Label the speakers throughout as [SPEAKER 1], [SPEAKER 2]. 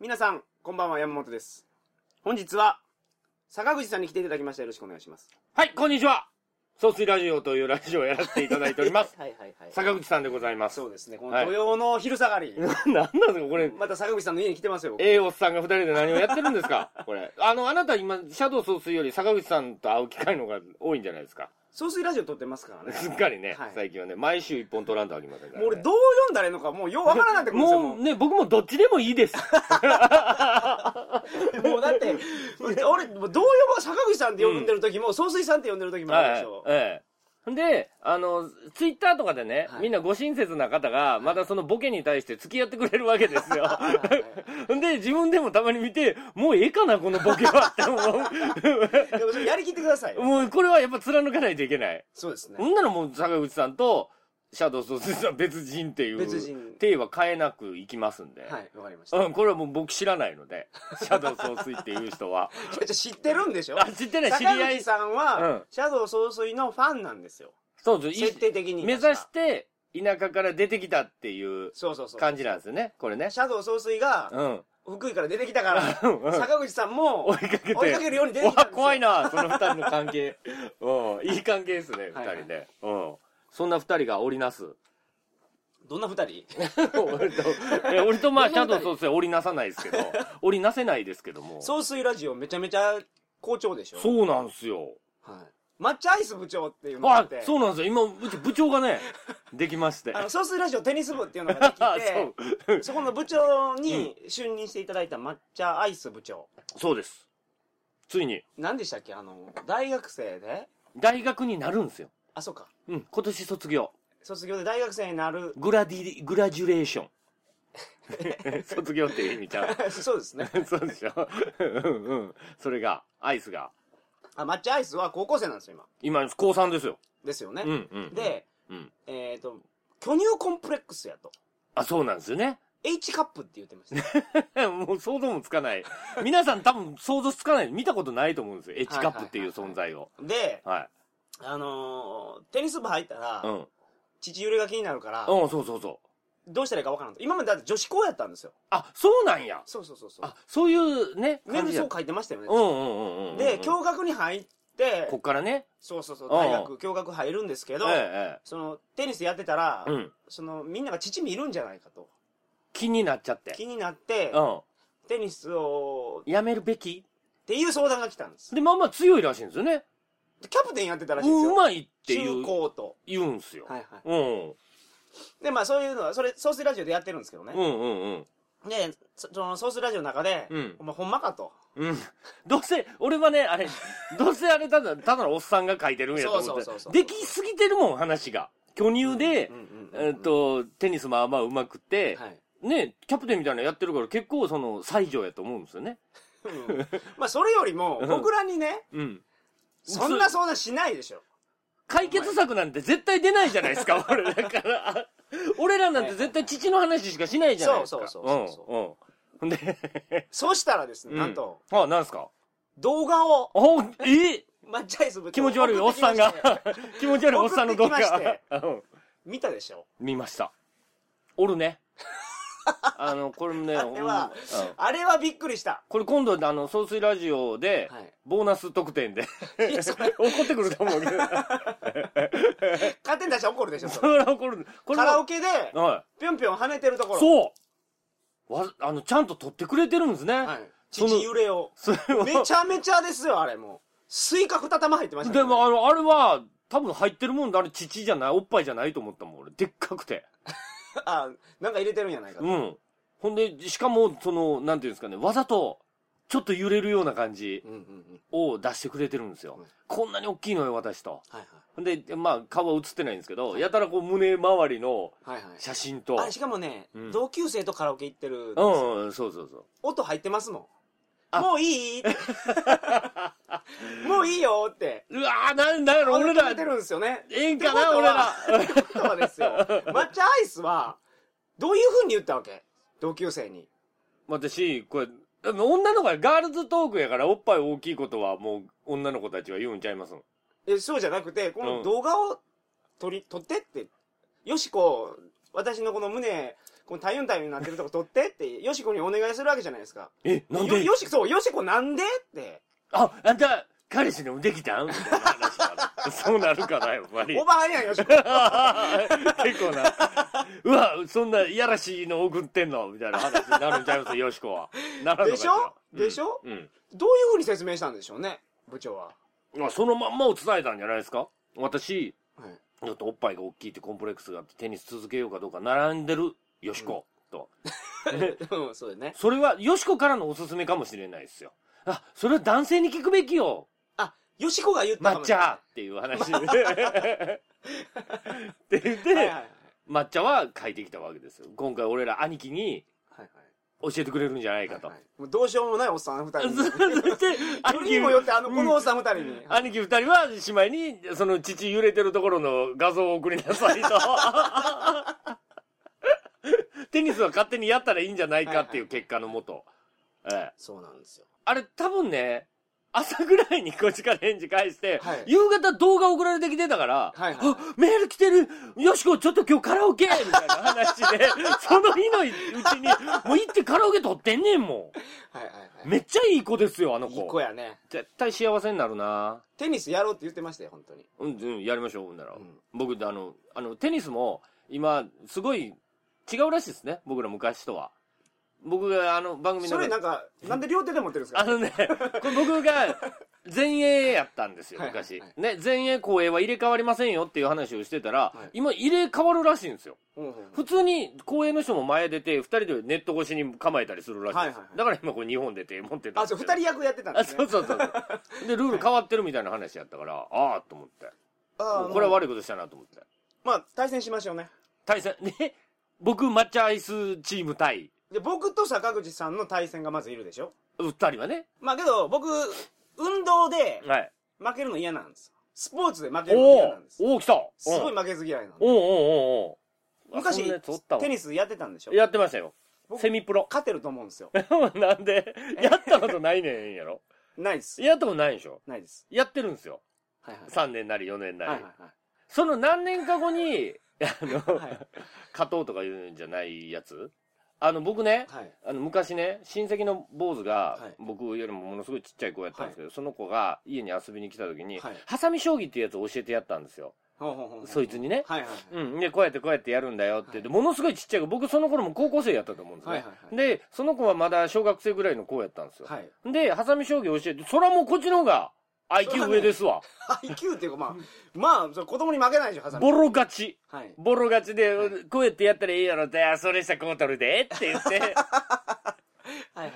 [SPEAKER 1] 皆さん、こんばんは、山本です。本日は、坂口さんに来ていただきました。よろしくお願いします。
[SPEAKER 2] はい、こんにちは。総水ラジオというラジオをやらせていただいております。
[SPEAKER 3] はいはいはい。
[SPEAKER 2] 坂口さんでございます。
[SPEAKER 1] そうですね、こ
[SPEAKER 2] は
[SPEAKER 1] の
[SPEAKER 2] い
[SPEAKER 1] 土曜の昼下がり、
[SPEAKER 2] なんなんですか、これ。
[SPEAKER 1] また坂口さんの家に来てますよ、僕
[SPEAKER 2] ええおっさんが二人で何をやってるんで すかこれ。あの、あなた今、シャドウ総水より坂口さんと会う機会の方が多いんじゃないですか。
[SPEAKER 1] 総水ラジオ撮ってますからね。
[SPEAKER 2] すっかりね、
[SPEAKER 1] はい
[SPEAKER 2] 最近はね、毎週一本取らんとありませんから、
[SPEAKER 1] もう
[SPEAKER 2] ね。
[SPEAKER 1] 俺、どう読んだらいいのか、もうようわからなくなってくるんですよ、
[SPEAKER 2] もうね、僕もどっちでもい いです。
[SPEAKER 1] もう。もうだって、 俺、もうどう呼ぼう、坂口さんって呼んでる時も、総水さんって呼んでる時もあるでしょ。
[SPEAKER 2] ええ。で、あの、ツイッターとかでね、
[SPEAKER 1] はい
[SPEAKER 2] みんなご親切な方が、またそのボケに対して付き合ってくれるわけで すよ。 で、自分でもたまに見て、もうええかな、このボケはって思
[SPEAKER 1] でもそれやりきってくださいよ
[SPEAKER 2] う。。 もうこれはやっぱ貫かないといけない。
[SPEAKER 1] そうですね
[SPEAKER 2] ほ。んならもう坂口さんと、シャドウソースさん別人っていう。
[SPEAKER 1] 別人
[SPEAKER 2] 体は変えなくいきますんで。
[SPEAKER 1] はい、わかりました。
[SPEAKER 2] うん、これはもう僕知らないので、 シャドウ総水っていう人は。
[SPEAKER 1] じゃあ知ってるんでしょ
[SPEAKER 2] あ、知ってない、知り
[SPEAKER 1] 坂
[SPEAKER 2] 合
[SPEAKER 1] 口
[SPEAKER 2] い。
[SPEAKER 1] さんは、
[SPEAKER 2] うん
[SPEAKER 1] シャドウ総帥のファンなんですよ。
[SPEAKER 2] そうそう、い
[SPEAKER 1] 設定的に。
[SPEAKER 2] 目指して、田舎から出てきたっていう
[SPEAKER 1] そうそうそう。
[SPEAKER 2] 感じなんですよね、これね。
[SPEAKER 1] シャドウ総帥が
[SPEAKER 2] うん。
[SPEAKER 1] 福井から出てきたから、
[SPEAKER 2] うんうん
[SPEAKER 1] 坂口さんも
[SPEAKER 2] 追いかけて。
[SPEAKER 1] 追いかけるように出てきたん
[SPEAKER 2] わ
[SPEAKER 1] ですよ。
[SPEAKER 2] 怖いな、その二人の関係。うん、いい関係ですね、
[SPEAKER 1] は
[SPEAKER 2] 二
[SPEAKER 1] いはい
[SPEAKER 2] 人で。うん。そんな二人が織 りなす。
[SPEAKER 1] どんな二人
[SPEAKER 2] 俺と、え俺とまあ、
[SPEAKER 1] ど
[SPEAKER 2] シ
[SPEAKER 1] の二人
[SPEAKER 2] ャドウそうですね、織りなさないですけど、織りなせないですけども。
[SPEAKER 1] 総帥ラジオめちゃめちゃ好調でしょ
[SPEAKER 2] そうなんですよ。
[SPEAKER 1] はい。抹茶アイス部長っていうのがあ
[SPEAKER 2] あ
[SPEAKER 1] っ、て、
[SPEAKER 2] そうなんですよ。今、うち部長がね、できまして。
[SPEAKER 1] あの、
[SPEAKER 2] あ、
[SPEAKER 1] 総帥ラジオテニス部っていうのができて、
[SPEAKER 2] そう。
[SPEAKER 1] そこの部長に就任していただいた抹茶アイス部長。
[SPEAKER 2] そうです。ついに、
[SPEAKER 1] 何でしたっけあの、大学生で
[SPEAKER 2] 大学になるんですよ。
[SPEAKER 1] あ、そうか。
[SPEAKER 2] うん、今年卒業。
[SPEAKER 1] 卒業で大学生になる。
[SPEAKER 2] グラディ、グラジュレーショ ン。卒業っていう意味ちゃ
[SPEAKER 1] そうですね。
[SPEAKER 2] う。 そうでしょうんうん。それが、アイスが。
[SPEAKER 1] あ、抹茶アイスは高校生なんですよ、今。
[SPEAKER 2] 今、高3ですよ。
[SPEAKER 1] ですよね。
[SPEAKER 2] うんうん。、
[SPEAKER 1] で、
[SPEAKER 2] うん。
[SPEAKER 1] えっ、と、巨乳コンプレックスやと。
[SPEAKER 2] あ、そうなんですよね。
[SPEAKER 1] H カップって言ってました。
[SPEAKER 2] もう想像もつか ない。皆さん多分想像つかない。見たことないと思うんですよ。エ
[SPEAKER 1] は
[SPEAKER 2] ッ
[SPEAKER 1] い
[SPEAKER 2] ジ
[SPEAKER 1] はい
[SPEAKER 2] カ
[SPEAKER 1] はい
[SPEAKER 2] ップっていう存在を。
[SPEAKER 1] で、
[SPEAKER 2] はい。
[SPEAKER 1] あのーテニス部入ったら、
[SPEAKER 2] うん。うん、
[SPEAKER 1] 父揺れが気になるから、
[SPEAKER 2] そうそうそう。
[SPEAKER 1] どうしたらいいかわからんと。今までだって女子校やったんですよ。
[SPEAKER 2] あ、そうなんや。
[SPEAKER 1] そうそうそうそう
[SPEAKER 2] あ。、そういうね。
[SPEAKER 1] メール
[SPEAKER 2] 感じや
[SPEAKER 1] そう書いてましたよね
[SPEAKER 2] う。んうんうんうんうん。
[SPEAKER 1] で、
[SPEAKER 2] 日、
[SPEAKER 1] 共学に入って
[SPEAKER 2] こ、っからね。
[SPEAKER 1] そうそうそう、
[SPEAKER 2] うん
[SPEAKER 1] 大学、共学入るんですけ
[SPEAKER 2] え
[SPEAKER 1] ど、
[SPEAKER 2] え
[SPEAKER 1] その、テニスやってたら、
[SPEAKER 2] ええ。うん。
[SPEAKER 1] その、みんなが父見るんじゃないかと。
[SPEAKER 2] 気になっちゃって。
[SPEAKER 1] 気になって、
[SPEAKER 2] うん。
[SPEAKER 1] テニスを、
[SPEAKER 2] やめるべき
[SPEAKER 1] っていう相談が来たんです。
[SPEAKER 2] で、まあまあ強いらしいんですよね。
[SPEAKER 1] でキャプテンやってたらしいんです
[SPEAKER 2] う
[SPEAKER 1] よ。
[SPEAKER 2] まいってい
[SPEAKER 1] 中
[SPEAKER 2] う、
[SPEAKER 1] 高と。
[SPEAKER 2] 言うんすよ。
[SPEAKER 1] はいはい。
[SPEAKER 2] うん。
[SPEAKER 1] で、まあそういうのは、それ、ソースラジオでやってるんですけどね。
[SPEAKER 2] うんうんうん。
[SPEAKER 1] で、そそのソースラジオの中で、
[SPEAKER 2] うん
[SPEAKER 1] お前ほんまかと。
[SPEAKER 2] うん。どうせ、俺はね、あれ、どうせあれただ、ただのおっさんが書いてるんやと思って。
[SPEAKER 1] そうそうそうそう
[SPEAKER 2] できすぎてるもん、話が。巨乳で
[SPEAKER 1] うん、うんうんうん
[SPEAKER 2] えっ、、と、テニスまあまあ上手くて、
[SPEAKER 1] はい。
[SPEAKER 2] ね、キャプテンみたいなのやってるから結構その、最上やと思うんですよね。
[SPEAKER 1] うん まあそれよりも、
[SPEAKER 2] うん
[SPEAKER 1] 僕らにね、
[SPEAKER 2] うん。
[SPEAKER 1] そんな相談しないでしょ。
[SPEAKER 2] 解決策なんて絶対出ないじゃないですか、俺。だから、俺らなんて絶対父の話しかしないじゃないですか。
[SPEAKER 1] そうそうそうそう
[SPEAKER 2] うん。うん。で、
[SPEAKER 1] そうしたらですね、
[SPEAKER 2] うん
[SPEAKER 1] なんと、
[SPEAKER 2] あ、なんすか
[SPEAKER 1] 動画を、
[SPEAKER 2] あ、え
[SPEAKER 1] 抹茶アイス部長
[SPEAKER 2] 気持ち悪いおっさん
[SPEAKER 1] 送ってきまし
[SPEAKER 2] が
[SPEAKER 1] て。
[SPEAKER 2] 気持ち悪いおっさんの動画。
[SPEAKER 1] 送って
[SPEAKER 2] うん
[SPEAKER 1] 見たでしょ。
[SPEAKER 2] 見ました。お るね。あの、これもね、
[SPEAKER 1] あれは
[SPEAKER 2] うんうん
[SPEAKER 1] あれはびっくりした。
[SPEAKER 2] これ今度、あの、総水ラジオで、
[SPEAKER 1] はい
[SPEAKER 2] ボーナス特典で、
[SPEAKER 1] いや、それ、
[SPEAKER 2] 怒ってくると思うけ ど、
[SPEAKER 1] 勝手に出したら怒るでしょ、そ
[SPEAKER 2] そ
[SPEAKER 1] れ。
[SPEAKER 2] れは怒る。これ
[SPEAKER 1] カラ
[SPEAKER 2] は
[SPEAKER 1] オケで、
[SPEAKER 2] は
[SPEAKER 1] ぴょんぴょん跳ねてるところ。
[SPEAKER 2] い。そうわ、あの、ちゃんと撮ってくれてるんですね。
[SPEAKER 1] はい。
[SPEAKER 2] その
[SPEAKER 1] 父揺れを。
[SPEAKER 2] それは
[SPEAKER 1] めちゃめちゃですよ、あれもう。スイカ二玉入ってました、ね。
[SPEAKER 2] でも、あの、あれは、多分入ってるもんだ、あれ、乳じゃない、おっぱいじゃないと思ったもん、俺。でっかくて。
[SPEAKER 1] あ、なんか入れてるんやないかと。
[SPEAKER 2] うん。ほんで、しかも、その、なんていうんですかね、わざと、ちょっと揺れるような感じ
[SPEAKER 1] うんうんうん。
[SPEAKER 2] を出してくれてるんですよ。
[SPEAKER 1] うん
[SPEAKER 2] こんなに大きいのよ、私と。
[SPEAKER 1] はいはい。
[SPEAKER 2] ほんで、まあ、顔は映ってないんですけど、やたらこう、胸周りの
[SPEAKER 1] はいはい。
[SPEAKER 2] 写真と
[SPEAKER 1] あ。れしかもね、
[SPEAKER 2] うん
[SPEAKER 1] 同級生とカラオケ行ってるんです
[SPEAKER 2] う
[SPEAKER 1] よ、
[SPEAKER 2] んうん、そうそうそう。
[SPEAKER 1] 音入ってますもん。
[SPEAKER 2] あ
[SPEAKER 1] もういいもういいよって。
[SPEAKER 2] うわー、なんだろ、
[SPEAKER 1] 言
[SPEAKER 2] 俺ら
[SPEAKER 1] っ、てるんですよね。
[SPEAKER 2] ええんか
[SPEAKER 1] って
[SPEAKER 2] な、
[SPEAKER 1] こと
[SPEAKER 2] 俺ら
[SPEAKER 1] は。ってことはです よ。抹茶アイスは、どういう風に言ったわけ同級生に。
[SPEAKER 2] 私、これ、でも女の子はガールズトークやから、おっぱい大きいことは、もう、女の子たちは言うんちゃいますん
[SPEAKER 1] え、そうじゃなくて、こ
[SPEAKER 2] う
[SPEAKER 1] の
[SPEAKER 2] ん
[SPEAKER 1] 動画を撮り、撮ってって。よしこ、私のこの胸、この体温体温になってるとこ取ってって、よしこにお願いするわけじゃないですか。
[SPEAKER 2] え、なん
[SPEAKER 1] よ
[SPEAKER 2] で
[SPEAKER 1] よし、そう、よしこなんでって。
[SPEAKER 2] あ、あんた、彼氏でもできたんみたいな話からそうなる から、やっぱり。
[SPEAKER 1] おばはんやん、よしこ。
[SPEAKER 2] 結構な。うわ、そんな、いやらしいの送ってんのみたいな話になるんちゃいますよしこは。ならん
[SPEAKER 1] で
[SPEAKER 2] のか
[SPEAKER 1] しょ
[SPEAKER 2] うん
[SPEAKER 1] でしょ
[SPEAKER 2] うん。
[SPEAKER 1] どういうふうに説明したんでしょうね、部長は。
[SPEAKER 2] まあそのまんまを伝えたんじゃないですか私、
[SPEAKER 1] はい
[SPEAKER 2] ちょっとおっぱいが大きいってコンプレックスがあってテニス続けようかどうか並んでる、よしこ、と。
[SPEAKER 1] うん、そうだね。
[SPEAKER 2] それは、よしこからのおすすめかもしれないですよ。あ、それは男性に聞くべきよ。
[SPEAKER 1] あ、よしこが言ったか
[SPEAKER 2] 抹
[SPEAKER 1] もしれない
[SPEAKER 2] 茶っていう 話。って言って、
[SPEAKER 1] はいはいはい
[SPEAKER 2] 抹茶は書いてきたわけですよ。今回俺ら兄貴に
[SPEAKER 1] はい
[SPEAKER 2] 教えてくれるんじゃない
[SPEAKER 1] は
[SPEAKER 2] か
[SPEAKER 1] い
[SPEAKER 2] と。
[SPEAKER 1] はいもうどうしようもないおっさん二人
[SPEAKER 2] そ
[SPEAKER 1] に。
[SPEAKER 2] そして、
[SPEAKER 1] よりにもよって、あの、このおっさん二人に。
[SPEAKER 2] 兄貴二人は姉妹に、その父揺れてるところの画像を送りなさいと。 テニスは勝手にやったらいいんじゃないかっていう結果のもと。ええ
[SPEAKER 1] そうなんですよ。
[SPEAKER 2] あれ多分ね、朝ぐらいにこっちから返事返して、
[SPEAKER 1] はい
[SPEAKER 2] 夕方動画送られてきてたから、
[SPEAKER 1] はいはいはい
[SPEAKER 2] あメール来てるよしこ、ちょっと今日カラオケみたいな話で、 その日のうちに、もう行ってカラオケ撮ってんねんも
[SPEAKER 1] はいはいはい。
[SPEAKER 2] ん。めっちゃいい子ですよ、あの子。
[SPEAKER 1] いい子やね。
[SPEAKER 2] 絶対幸せになるな
[SPEAKER 1] テニスやろうって言ってましたよ、本当に。
[SPEAKER 2] うん、うん、やりましょう、ほんなら。
[SPEAKER 1] うん
[SPEAKER 2] 僕、あの、あの、テニスも、今、すごい、違うらしいですね。僕ら昔とは。僕が、あの、番組
[SPEAKER 1] そ
[SPEAKER 2] の中で
[SPEAKER 1] れなんか、なんで両手で持ってるんです
[SPEAKER 2] あ
[SPEAKER 1] か
[SPEAKER 2] のね、これ僕が、前衛やったんですよ、
[SPEAKER 1] はい
[SPEAKER 2] 昔
[SPEAKER 1] はい。
[SPEAKER 2] ね、前衛後衛は入れ替わりませんよっていう話をしてたら
[SPEAKER 1] い、
[SPEAKER 2] 今入れ替わるらしいんですよ。
[SPEAKER 1] うんうん
[SPEAKER 2] 普通に後衛の人も前出て、二人でネット越しに構えたりするらしいん
[SPEAKER 1] は
[SPEAKER 2] ですよ
[SPEAKER 1] いはいはい
[SPEAKER 2] だから今これ日本出て持ってたん
[SPEAKER 1] あ、
[SPEAKER 2] です
[SPEAKER 1] そう、
[SPEAKER 2] け
[SPEAKER 1] 二
[SPEAKER 2] ど
[SPEAKER 1] 人役やってたん
[SPEAKER 2] あ、
[SPEAKER 1] です
[SPEAKER 2] そ
[SPEAKER 1] ね
[SPEAKER 2] う。そうそう。で、ルール変わってるみたいな話やったから、ああ、と思って。
[SPEAKER 1] あー
[SPEAKER 2] これは悪いことしたなと思って。
[SPEAKER 1] まあ、対戦しましょうね。
[SPEAKER 2] 対戦、 ね、僕、抹茶アイスチーム対、
[SPEAKER 1] で、僕と坂口さんの対戦がまずいるでしょ
[SPEAKER 2] 二人はね。
[SPEAKER 1] まあけど、僕、運動で
[SPEAKER 2] はい。
[SPEAKER 1] 負けるの嫌なんですよ。スポーツで負けるの
[SPEAKER 2] お
[SPEAKER 1] 嫌
[SPEAKER 2] ー
[SPEAKER 1] なんですよ。
[SPEAKER 2] おー、来たうん
[SPEAKER 1] すごい負けず嫌いなんで。
[SPEAKER 2] おうおうおうおう
[SPEAKER 1] 昔、テ
[SPEAKER 2] ニ
[SPEAKER 1] ニスやってたんでしょ
[SPEAKER 2] やってましたよ
[SPEAKER 1] 僕
[SPEAKER 2] セミプロ
[SPEAKER 1] 勝てると思うんですよ。
[SPEAKER 2] なんでやったことないねんやろ
[SPEAKER 1] ないです。
[SPEAKER 2] やったことないんでしょ
[SPEAKER 1] ないです。
[SPEAKER 2] やってるんですよ
[SPEAKER 1] はいはい。
[SPEAKER 2] 3年なり4年なり、
[SPEAKER 1] はいはいはい。
[SPEAKER 2] その何年か後にあの、
[SPEAKER 1] はい
[SPEAKER 2] 勝とうとか言うんじゃないやつあの僕ね、
[SPEAKER 1] はい。
[SPEAKER 2] あの昔ね親戚の坊主が、
[SPEAKER 1] はい
[SPEAKER 2] 僕よりもものすごいちっちゃい子やったんですけど、その子が家に遊びに来た時に、
[SPEAKER 1] はい
[SPEAKER 2] ハサミ将棋っていうやつを教えてやったんですよ、
[SPEAKER 1] ほうほうほう
[SPEAKER 2] そいつにね、
[SPEAKER 1] はいはい
[SPEAKER 2] うん、でこうやってこうやってやるんだよって、
[SPEAKER 1] はい
[SPEAKER 2] でものすごいちっちゃい子僕その頃も高校生やったと思うんですね、
[SPEAKER 1] はいはいはい
[SPEAKER 2] でその子はまだ小学生ぐらいの子やったんですよ、
[SPEAKER 1] はい。はい。
[SPEAKER 2] でハサミ将棋教えてそらもうこっちの方が IQ 上ですわ、
[SPEAKER 1] IQ っていうかまあ、まあ、それ子供に負けないでしょ、ハサミ
[SPEAKER 2] ボ。ロ勝ち
[SPEAKER 1] はい。
[SPEAKER 2] ボロ勝ちで、
[SPEAKER 1] はい
[SPEAKER 2] こうやってやったらいいやろってあそれしたらこう取るでって言っ て
[SPEAKER 1] はいはい。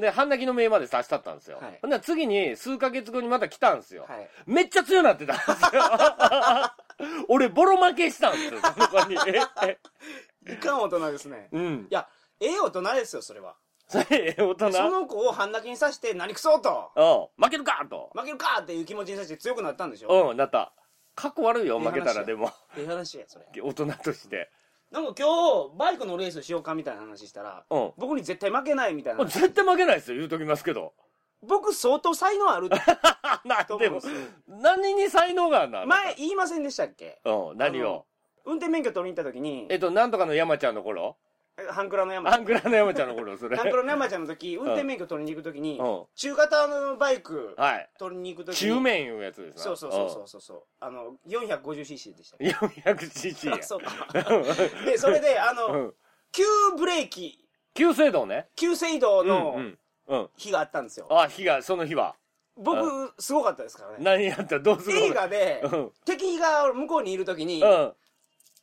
[SPEAKER 2] で半泣きの目まで刺したったんですよ、
[SPEAKER 1] はい
[SPEAKER 2] ほんなら次に数ヶ月後にまた来たんですよ、
[SPEAKER 1] はい。
[SPEAKER 2] めっちゃ強なってたんですよ俺ボロ負けしたんですよその 子に
[SPEAKER 1] いかん大人ですね。
[SPEAKER 2] うん
[SPEAKER 1] いや、ええ大人ですよ、それは。
[SPEAKER 2] それ大人
[SPEAKER 1] その子を半泣きにさして、何くそと
[SPEAKER 2] うん、負けるかと。
[SPEAKER 1] 負けるかっていう気持ちにさして強くなったんでしょ
[SPEAKER 2] うん、なった。かっこ悪いよ、
[SPEAKER 1] いい話
[SPEAKER 2] 負けたら
[SPEAKER 1] や
[SPEAKER 2] でも。
[SPEAKER 1] ええ話や、それ。
[SPEAKER 2] 大人として。
[SPEAKER 1] なんか今日、バイクのレースしようかみたいな話したら、
[SPEAKER 2] うん。
[SPEAKER 1] 僕に絶対負けないみたいな。
[SPEAKER 2] 絶対負けないですよ、言うときます けど。
[SPEAKER 1] 僕相当才能あるって
[SPEAKER 2] あなん
[SPEAKER 1] と思
[SPEAKER 2] で
[SPEAKER 1] うんで
[SPEAKER 2] も
[SPEAKER 1] す、よ。
[SPEAKER 2] 何に才能 があるのあなた
[SPEAKER 1] 前言いませんでしたっけ
[SPEAKER 2] うん、何を。
[SPEAKER 1] 運転免許取りに行った時に
[SPEAKER 2] え、っと、なんとかの山ちゃんの頃
[SPEAKER 1] 半クラの山。
[SPEAKER 2] アングラの山ちゃんの頃、それ。
[SPEAKER 1] 半ク
[SPEAKER 2] う
[SPEAKER 1] ラの山ちゃんの時、運転免許取りに行く時に、
[SPEAKER 2] ん。
[SPEAKER 1] 中型のバイク
[SPEAKER 2] はい。
[SPEAKER 1] 取りに行く時に。
[SPEAKER 2] 中面いうやつですな。
[SPEAKER 1] そうそうそうそうそうそう。あの、450cc でしたっけ
[SPEAKER 2] うん。400cc や
[SPEAKER 1] あ。 そう か。で、それで、あ
[SPEAKER 2] う
[SPEAKER 1] の、
[SPEAKER 2] ん。
[SPEAKER 1] 急ブレーキ、
[SPEAKER 2] 旧制度ね。
[SPEAKER 1] 急制動
[SPEAKER 2] うん、う
[SPEAKER 1] の
[SPEAKER 2] ん。うん。
[SPEAKER 1] 日があったんですよ。
[SPEAKER 2] あ、日が、その日は。
[SPEAKER 1] 僕、すごかったですからね。
[SPEAKER 2] 何やったどうする
[SPEAKER 1] 映画で
[SPEAKER 2] う、ん。
[SPEAKER 1] 敵が向こうにいるときに
[SPEAKER 2] う、ん。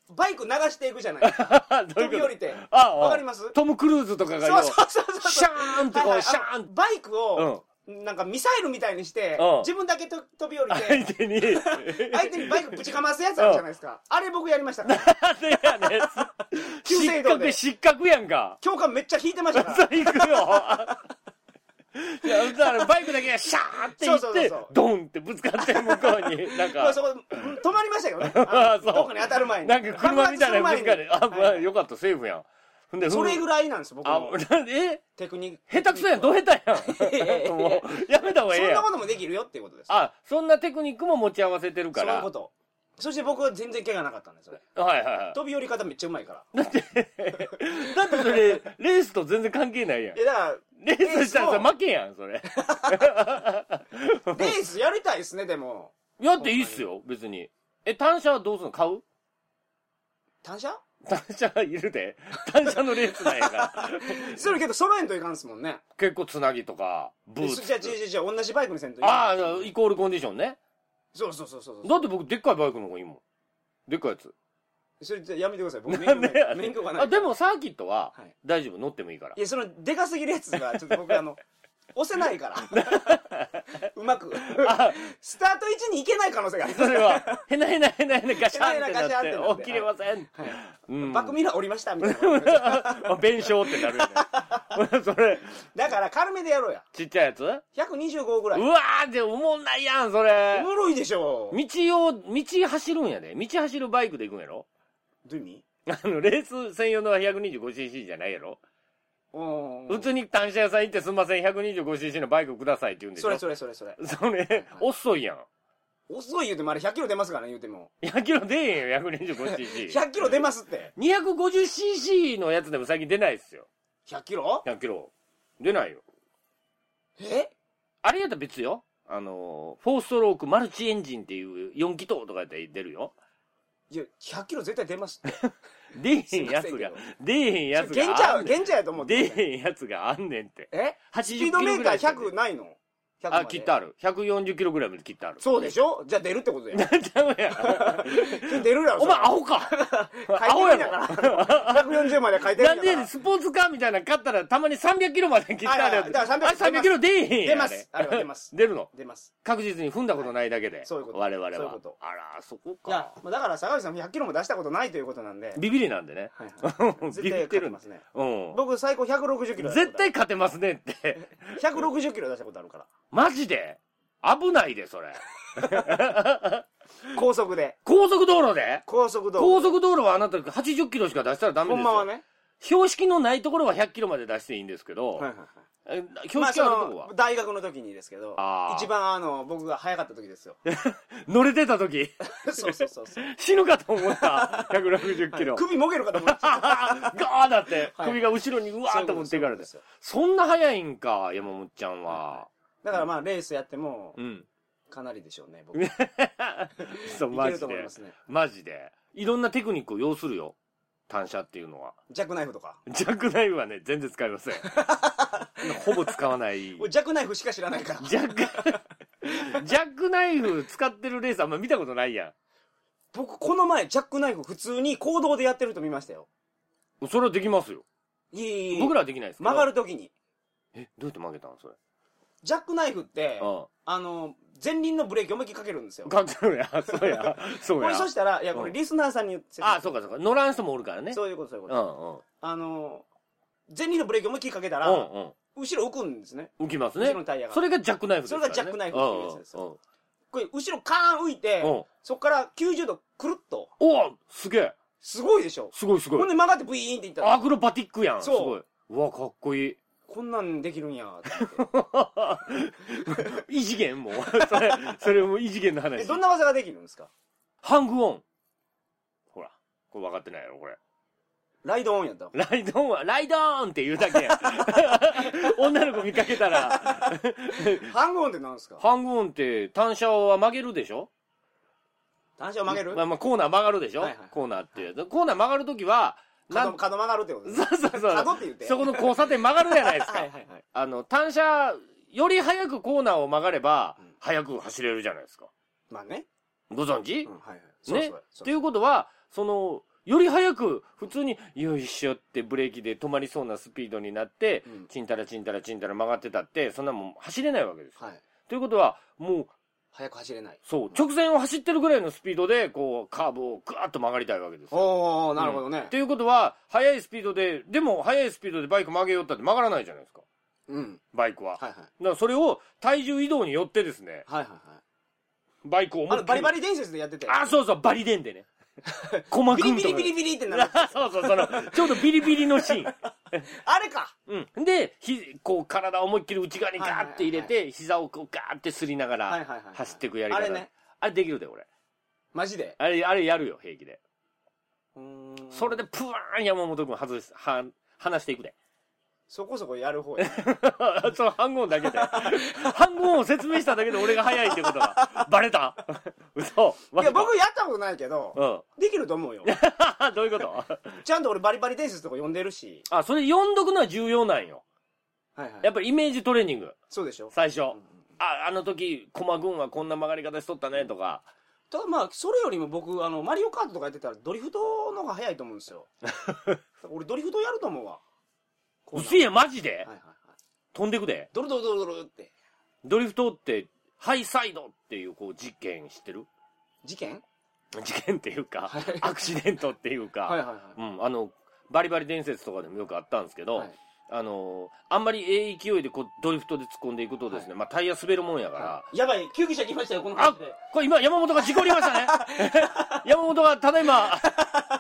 [SPEAKER 1] バイク流していくじゃないですか。
[SPEAKER 2] ど
[SPEAKER 1] 飛
[SPEAKER 2] ういうこ
[SPEAKER 1] び
[SPEAKER 2] と
[SPEAKER 1] 降りて。
[SPEAKER 2] ああ
[SPEAKER 1] わかります
[SPEAKER 2] トム・クルーズとかが
[SPEAKER 1] そ
[SPEAKER 2] よ
[SPEAKER 1] うそうそうそう。
[SPEAKER 2] シャーンってこ
[SPEAKER 1] は
[SPEAKER 2] う
[SPEAKER 1] いはい
[SPEAKER 2] シャーン
[SPEAKER 1] あのバイク
[SPEAKER 2] う
[SPEAKER 1] を、
[SPEAKER 2] ん
[SPEAKER 1] なんかミサイルみたいにして
[SPEAKER 2] うん、
[SPEAKER 1] 自分だけと飛び降り
[SPEAKER 2] 相
[SPEAKER 1] て、
[SPEAKER 2] 手に
[SPEAKER 1] 相手にバイクぶちかますやつあるじゃないです か。あれ僕やりましたから。
[SPEAKER 2] なんでやねん
[SPEAKER 1] 急制
[SPEAKER 2] 失
[SPEAKER 1] 動
[SPEAKER 2] 格
[SPEAKER 1] で
[SPEAKER 2] 失格やんか
[SPEAKER 1] 教官めっちゃ引いてましたから。
[SPEAKER 2] そ行くよ いやだからバイクだけがシャーって行って
[SPEAKER 1] そうそうそうそう
[SPEAKER 2] ドンってぶつかって向こうになん
[SPEAKER 1] まあ
[SPEAKER 2] か
[SPEAKER 1] そこ、止まりましたけどね。
[SPEAKER 2] あ
[SPEAKER 1] あ
[SPEAKER 2] そ
[SPEAKER 1] の
[SPEAKER 2] う
[SPEAKER 1] どっかに当たる前に。
[SPEAKER 2] なんか車みたいなのぶつかってあ、
[SPEAKER 1] 爆発する
[SPEAKER 2] まあ、
[SPEAKER 1] 前にはい
[SPEAKER 2] よかったセーフやんほんで
[SPEAKER 1] それぐ
[SPEAKER 2] い
[SPEAKER 1] らいなんですよ、僕
[SPEAKER 2] あ
[SPEAKER 1] の
[SPEAKER 2] なんでえ
[SPEAKER 1] テクニック。
[SPEAKER 2] 下手くそやんど下 手やんもうやめた方がええ
[SPEAKER 1] そん
[SPEAKER 2] や
[SPEAKER 1] なんこともできるよっていうことです。
[SPEAKER 2] あそんなテクニックも持ち合わせてるか
[SPEAKER 1] そういう
[SPEAKER 2] ら
[SPEAKER 1] こと。そして僕は全然怪我なかったんですよ。
[SPEAKER 2] はいはいはい
[SPEAKER 1] 飛び降り方めっちゃうまいから。
[SPEAKER 2] だってそれレースと全然関係ないやん
[SPEAKER 1] いやだか
[SPEAKER 2] レースしたら
[SPEAKER 1] レー
[SPEAKER 2] さ
[SPEAKER 1] スを
[SPEAKER 2] 負けやんそれ
[SPEAKER 1] ら、レースやりたいですね、でも。
[SPEAKER 2] やっていいっすよ別にえ単車はどうすんの買う
[SPEAKER 1] 単車
[SPEAKER 2] 単車いるで単車のレースなんやから
[SPEAKER 1] それけど揃えんといかんっすもんね。
[SPEAKER 2] 結構つなぎとかブ
[SPEAKER 1] え
[SPEAKER 2] ー
[SPEAKER 1] そ
[SPEAKER 2] ツ
[SPEAKER 1] じゃあ、違う違う違う、同じバイクにせんといい。
[SPEAKER 2] ああイコールコンディションね
[SPEAKER 1] そうそうそうそうそ
[SPEAKER 2] だって僕でっかいバイクの方がいいもんでっかいやつ
[SPEAKER 1] う。それじゃやめてください。僕免
[SPEAKER 2] なん
[SPEAKER 1] 許
[SPEAKER 2] でや
[SPEAKER 1] ない。
[SPEAKER 2] ねん
[SPEAKER 1] 免許がない。
[SPEAKER 2] あでもサーキットは
[SPEAKER 1] はい
[SPEAKER 2] 大丈夫乗ってもいいから
[SPEAKER 1] いや、その、でかすぎるやつが、ちょっと僕、あの、押せない から。うまく。
[SPEAKER 2] あ
[SPEAKER 1] スタート位置に行けない可能性がありま
[SPEAKER 2] そ
[SPEAKER 1] す。
[SPEAKER 2] れはへなへなへなへなガシャンって
[SPEAKER 1] へなへなガシャン
[SPEAKER 2] な
[SPEAKER 1] っ
[SPEAKER 2] ってて
[SPEAKER 1] なって
[SPEAKER 2] 起きれません
[SPEAKER 1] はい
[SPEAKER 2] うん
[SPEAKER 1] バックミラー降りましたみたいな。
[SPEAKER 2] あ弁償ってなるよね それ
[SPEAKER 1] だから、軽めでやろうや。
[SPEAKER 2] ちっちゃいやつうわ
[SPEAKER 1] 125ぐらい。
[SPEAKER 2] ーでおもんないやんそ
[SPEAKER 1] お
[SPEAKER 2] れ
[SPEAKER 1] もろいでしょ。ど
[SPEAKER 2] 道を道走るんやで道走るバイクで行くんやろ
[SPEAKER 1] ういう意味
[SPEAKER 2] あのレース専用の 125cc じゃないやろ
[SPEAKER 1] うん
[SPEAKER 2] 普通に単車屋さん行ってすんません 125cc のバイクくださいって言うんでし
[SPEAKER 1] そ
[SPEAKER 2] ょ
[SPEAKER 1] れそれそれそれ。
[SPEAKER 2] それ遅いやん
[SPEAKER 1] 遅い言うてもあれ100キロ出ますからね、言うても。
[SPEAKER 2] 100キロ出えへんよ 125cc250cc
[SPEAKER 1] 100キロ出ますって。
[SPEAKER 2] のやつでも最近出ないっすよ
[SPEAKER 1] 100キロ
[SPEAKER 2] 100キロ出ないよ
[SPEAKER 1] え
[SPEAKER 2] あれやったら別よあのーフォーストロークマルチエンジンっていう4気筒とかやったら出るよ
[SPEAKER 1] いや、100キロ絶対出ますって。
[SPEAKER 2] 出えへんやつ
[SPEAKER 1] すいませんけ
[SPEAKER 2] が
[SPEAKER 1] ど
[SPEAKER 2] 出えへん やつ
[SPEAKER 1] 現地
[SPEAKER 2] があ
[SPEAKER 1] は、
[SPEAKER 2] んねん
[SPEAKER 1] 現地やと思って。
[SPEAKER 2] 出えへんやつがあんねんって
[SPEAKER 1] え
[SPEAKER 2] 80
[SPEAKER 1] ス
[SPEAKER 2] キ
[SPEAKER 1] ピードメ
[SPEAKER 2] ロ
[SPEAKER 1] ー
[SPEAKER 2] ぐ
[SPEAKER 1] カ
[SPEAKER 2] らい
[SPEAKER 1] ー100ないの100ま
[SPEAKER 2] あ
[SPEAKER 1] で
[SPEAKER 2] 切ってある140キロぐらいまで切ってある
[SPEAKER 1] そうでしょじゃあ出るってこと や。
[SPEAKER 2] ちゃうやん
[SPEAKER 1] 出るやろ。
[SPEAKER 2] お前ア
[SPEAKER 1] 青
[SPEAKER 2] ホか
[SPEAKER 1] 書いてるんやから。140まで書いてる
[SPEAKER 2] なん
[SPEAKER 1] やか
[SPEAKER 2] んで
[SPEAKER 1] ら。
[SPEAKER 2] スポーツカーみたいなの買ったらたまに300キロまで切ってある
[SPEAKER 1] あ
[SPEAKER 2] やつあ
[SPEAKER 1] いやいやだから300
[SPEAKER 2] 300キロ出えへんやん
[SPEAKER 1] 出ます。
[SPEAKER 2] あ
[SPEAKER 1] あ
[SPEAKER 2] れ
[SPEAKER 1] れは出ます。
[SPEAKER 2] 出るの
[SPEAKER 1] 出ます。
[SPEAKER 2] 確実に踏んだことないだけで、
[SPEAKER 1] そういうこと
[SPEAKER 2] 我々は
[SPEAKER 1] そういうこと
[SPEAKER 2] あらそこ
[SPEAKER 1] いや
[SPEAKER 2] か、
[SPEAKER 1] まあだから坂口さん100キロも出したことないということなんで。
[SPEAKER 2] ビビりなんでね
[SPEAKER 1] はいはい
[SPEAKER 2] ビビってるん
[SPEAKER 1] ま
[SPEAKER 2] ですす
[SPEAKER 1] ね。
[SPEAKER 2] うん
[SPEAKER 1] 僕最高160キロ出した
[SPEAKER 2] 絶
[SPEAKER 1] ことある
[SPEAKER 2] 対勝てますねって
[SPEAKER 1] 160キロ出したことあるから。
[SPEAKER 2] マジで危ないでそれ
[SPEAKER 1] 高速で。
[SPEAKER 2] 高速道路で
[SPEAKER 1] 高速道路。
[SPEAKER 2] 高速道路はあなた80キロしか出したらダメ
[SPEAKER 1] ほ
[SPEAKER 2] ですよ
[SPEAKER 1] んまはね。
[SPEAKER 2] 標識のないところは100キロまで出していいんですけど、
[SPEAKER 1] はいはいはい。
[SPEAKER 2] え
[SPEAKER 1] ま
[SPEAKER 2] 標
[SPEAKER 1] あ
[SPEAKER 2] 識
[SPEAKER 1] そ
[SPEAKER 2] あるとこは、
[SPEAKER 1] の、大学の時にですけど
[SPEAKER 2] あ、ー
[SPEAKER 1] 一番あの、僕が早かった時です よ。
[SPEAKER 2] 乗れてた時
[SPEAKER 1] そうそうそうそう。
[SPEAKER 2] 死ぬかと思った160キロ、
[SPEAKER 1] 首もげるかと思った。
[SPEAKER 2] ガーだって
[SPEAKER 1] はい
[SPEAKER 2] 首が後ろにうわーっと持っていかれて
[SPEAKER 1] そういうこと
[SPEAKER 2] そんな速いんか山本ちゃんは、
[SPEAKER 1] だからまあレースやっても
[SPEAKER 2] うん
[SPEAKER 1] かなりでしょうね僕い
[SPEAKER 2] そう
[SPEAKER 1] け
[SPEAKER 2] マ
[SPEAKER 1] る
[SPEAKER 2] ジ
[SPEAKER 1] と思い
[SPEAKER 2] で
[SPEAKER 1] ますね
[SPEAKER 2] マジでいろんなテクニックを要するよ単車っていうのは
[SPEAKER 1] ジャックナイフとか
[SPEAKER 2] ジャックナイフはね全然使いません ほぼ使わ ない
[SPEAKER 1] 俺ジャックナイフしか知らないから
[SPEAKER 2] ジ ャックジャックナイフ使ってるレースあんま見たことないや
[SPEAKER 1] 僕この前ジャックナイフ普通に行動でやってると見ましたよ
[SPEAKER 2] んそれはできますよ
[SPEAKER 1] いいいい
[SPEAKER 2] 僕
[SPEAKER 1] ら
[SPEAKER 2] らはできないですけど
[SPEAKER 1] 曲がる時に
[SPEAKER 2] えどうやって曲げたのそれ
[SPEAKER 1] ジャックナイフってあ
[SPEAKER 2] あ
[SPEAKER 1] の前輪のブレーキ思いっきりかけるんですよ
[SPEAKER 2] あかっこいいやそうやそう
[SPEAKER 1] こ
[SPEAKER 2] や
[SPEAKER 1] れそしたらいやこれ
[SPEAKER 2] うん
[SPEAKER 1] リスナーさんに言って
[SPEAKER 2] あそうかそうか乗らん人もおるからね
[SPEAKER 1] そういうことそういうこ
[SPEAKER 2] う
[SPEAKER 1] と
[SPEAKER 2] んうん
[SPEAKER 1] あの前輪のブレーキ思いっきりかけたら
[SPEAKER 2] うん
[SPEAKER 1] 後ろ浮くんですね
[SPEAKER 2] うん浮きます
[SPEAKER 1] 後
[SPEAKER 2] ね
[SPEAKER 1] ろのタイヤが
[SPEAKER 2] それがジャックナイフですから、ね、
[SPEAKER 1] それがジャックナイフっていうやつです
[SPEAKER 2] うんうんうん
[SPEAKER 1] これ後ろカーン浮いて
[SPEAKER 2] うん
[SPEAKER 1] そこから90度くるっと
[SPEAKER 2] おおすげえ
[SPEAKER 1] すごいでしょ
[SPEAKER 2] すごいすご
[SPEAKER 1] ほん
[SPEAKER 2] い
[SPEAKER 1] で曲がってブイーンっていったら
[SPEAKER 2] アクロバティックやん
[SPEAKER 1] そう
[SPEAKER 2] すごいうわかっこいい
[SPEAKER 1] こんなんできるんやって
[SPEAKER 2] 異次元も うそれそれも異次元の
[SPEAKER 1] え
[SPEAKER 2] 話
[SPEAKER 1] どんな技ができるんですか
[SPEAKER 2] ハングオンほらこれ分かってないやろこれ
[SPEAKER 1] ライドオンやった
[SPEAKER 2] ライドオンはライドオンって言うだけやん 女の子見かけたら
[SPEAKER 1] ハングオンってなんですか
[SPEAKER 2] ハングオンって単車は曲げるでしょ
[SPEAKER 1] 単車を曲げる
[SPEAKER 2] まあまあコーナー曲がるでしょ、
[SPEAKER 1] はいはい
[SPEAKER 2] コーナーっていう、コーナー曲がるときは、な
[SPEAKER 1] 角
[SPEAKER 2] ん、
[SPEAKER 1] 角曲がるってことです
[SPEAKER 2] そうそうそう。
[SPEAKER 1] 角って言って
[SPEAKER 2] そこの交差点曲がるじゃないですか。
[SPEAKER 1] はいはいはい
[SPEAKER 2] あの、単車、より早くコーナーを曲がれば、
[SPEAKER 1] うん
[SPEAKER 2] 早く走れるじゃないですか。
[SPEAKER 1] まあね
[SPEAKER 2] ご存知、
[SPEAKER 1] うんはいはいそう
[SPEAKER 2] ね
[SPEAKER 1] そう
[SPEAKER 2] っ
[SPEAKER 1] そ
[SPEAKER 2] て
[SPEAKER 1] う
[SPEAKER 2] いうことは、その、より早く、普通に、よいしょってブレーキで止まりそうなスピードになって、
[SPEAKER 1] うん
[SPEAKER 2] ちんたらちんたらちんたら曲がってたって、そんなもん走れないわけですよ。
[SPEAKER 1] はい
[SPEAKER 2] ということは、もう、
[SPEAKER 1] 早く走れない
[SPEAKER 2] そう、直線を走ってるぐらいのスピードで、こう、カーブをぐわっと曲がりたいわけですよ。
[SPEAKER 1] おおなるほどね
[SPEAKER 2] ということは、速いスピードで、でも速いスピードでバイク曲げよったって曲がらないじゃないですか、
[SPEAKER 1] うん
[SPEAKER 2] バイク
[SPEAKER 1] は
[SPEAKER 2] は。
[SPEAKER 1] いはい
[SPEAKER 2] だからそれを体重移動によってですね、
[SPEAKER 1] はいはいはい
[SPEAKER 2] バイクを思
[SPEAKER 1] あ
[SPEAKER 2] い
[SPEAKER 1] の
[SPEAKER 2] っきり
[SPEAKER 1] バリバリ伝説でやってて
[SPEAKER 2] あ、そうそう、バリデンで ね。鼓膜
[SPEAKER 1] ビリ
[SPEAKER 2] み
[SPEAKER 1] ビ
[SPEAKER 2] たい
[SPEAKER 1] リビ
[SPEAKER 2] な
[SPEAKER 1] リビリって なる
[SPEAKER 2] そうそう、その、ちょうどビリビリのシーン。
[SPEAKER 1] あれか
[SPEAKER 2] うん。で、ひ、こう、体を思いっきり内側にガーって入れ
[SPEAKER 1] は
[SPEAKER 2] て、膝をこうガーってすりなが
[SPEAKER 1] はい
[SPEAKER 2] ら
[SPEAKER 1] はいはいはい
[SPEAKER 2] 走っていくやり
[SPEAKER 1] あ
[SPEAKER 2] 方。
[SPEAKER 1] れね
[SPEAKER 2] あれできるで、俺。
[SPEAKER 1] マジで
[SPEAKER 2] あれ、あれやるよ、平気で。
[SPEAKER 1] うーん
[SPEAKER 2] それでプワーン山本君外す、は、離して いくで。
[SPEAKER 1] そこそこやる 方や、ね、
[SPEAKER 2] その半音だけで。 半音を説明しただけで俺が早いってことが。バレた 嘘
[SPEAKER 1] いや僕やったことないけど、
[SPEAKER 2] うん。
[SPEAKER 1] できると思うよ
[SPEAKER 2] どういうこと
[SPEAKER 1] ちゃんと俺バリバリ伝説とか呼んでるし
[SPEAKER 2] あ、それ読んどくのは重要なんよ。
[SPEAKER 1] はいはい
[SPEAKER 2] やっぱりイメージトレーニング。
[SPEAKER 1] そうでしょ
[SPEAKER 2] 最初。
[SPEAKER 1] ん
[SPEAKER 2] あ、あの時、駒軍はこんな曲がり方しとったねとか。
[SPEAKER 1] ただまあそれよりも僕あのマリオカートとかやってたらドリフトの方が早いと思うん ですよ俺ドリフトやると思うわこうな
[SPEAKER 2] うせや、マジで、
[SPEAKER 1] はいはいはい
[SPEAKER 2] 飛んでくで。
[SPEAKER 1] ドルドルドルドルって
[SPEAKER 2] ドリフトって、ハイサイドっていう、こう、事件知ってる
[SPEAKER 1] 事件
[SPEAKER 2] 事件っていうか
[SPEAKER 1] はい、
[SPEAKER 2] アクシデントっていうか、
[SPEAKER 1] はいはいはい
[SPEAKER 2] うん、あの、バリバリ伝説とかでもよくあったんですけど、
[SPEAKER 1] はい
[SPEAKER 2] あの、あんまりええ勢いでこうドリフトで突っ込んでいくとですね、まあタイヤ滑るもんやから、
[SPEAKER 1] やばい救急車来ましたよこの感
[SPEAKER 2] あ
[SPEAKER 1] じで、
[SPEAKER 2] これ今山本が事故りま したね。山本がただいま、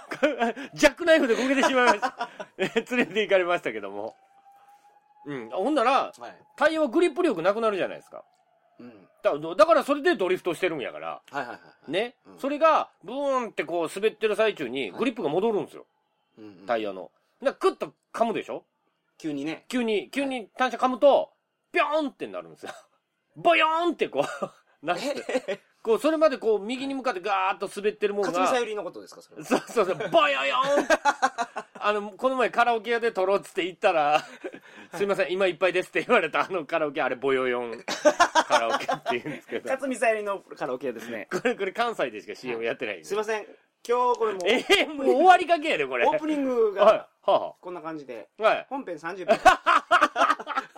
[SPEAKER 2] ジャックナイフでこけてしまいました。 連れて行かれましたけども。うん。ほんなら、
[SPEAKER 1] はい
[SPEAKER 2] タイヤはグリップ力なくなるじゃないですか。
[SPEAKER 1] うん、はい
[SPEAKER 2] だだからそれでドリフトしてるんやから、
[SPEAKER 1] はいはい
[SPEAKER 2] ね。
[SPEAKER 1] うん
[SPEAKER 2] それが、ブーンってこう滑ってる最中にグリップが戻るんですよ。
[SPEAKER 1] うんうん
[SPEAKER 2] タイヤの。だからクッと噛むでしょ
[SPEAKER 1] 急に ね
[SPEAKER 2] 急に、急に単車噛むと、ビョーンってなるんですよ。ボヨーンってこう、なって。こう、それまでこう、右に向かってガーッと滑ってるもん
[SPEAKER 1] 勝見さ
[SPEAKER 2] が、
[SPEAKER 1] ゆりのことですかそれは
[SPEAKER 2] そうそうそう、ボヨヨーンあの、この前カラオケ屋で撮ろうっつって行ったら、すいません、今いっぱいですって言われたあのカラオケ、あれボヨヨンカラオケって言うんですけど、
[SPEAKER 1] 勝見さゆりのカラオケですね
[SPEAKER 2] これこれ関西でしか CM やってないんです
[SPEAKER 1] いません今日これもう
[SPEAKER 2] えー、もう終わりかけやで、これ。
[SPEAKER 1] オープニング
[SPEAKER 2] はい、
[SPEAKER 1] が
[SPEAKER 2] はあ、は
[SPEAKER 1] こんな感じで
[SPEAKER 2] あ、はい。
[SPEAKER 1] 本編30分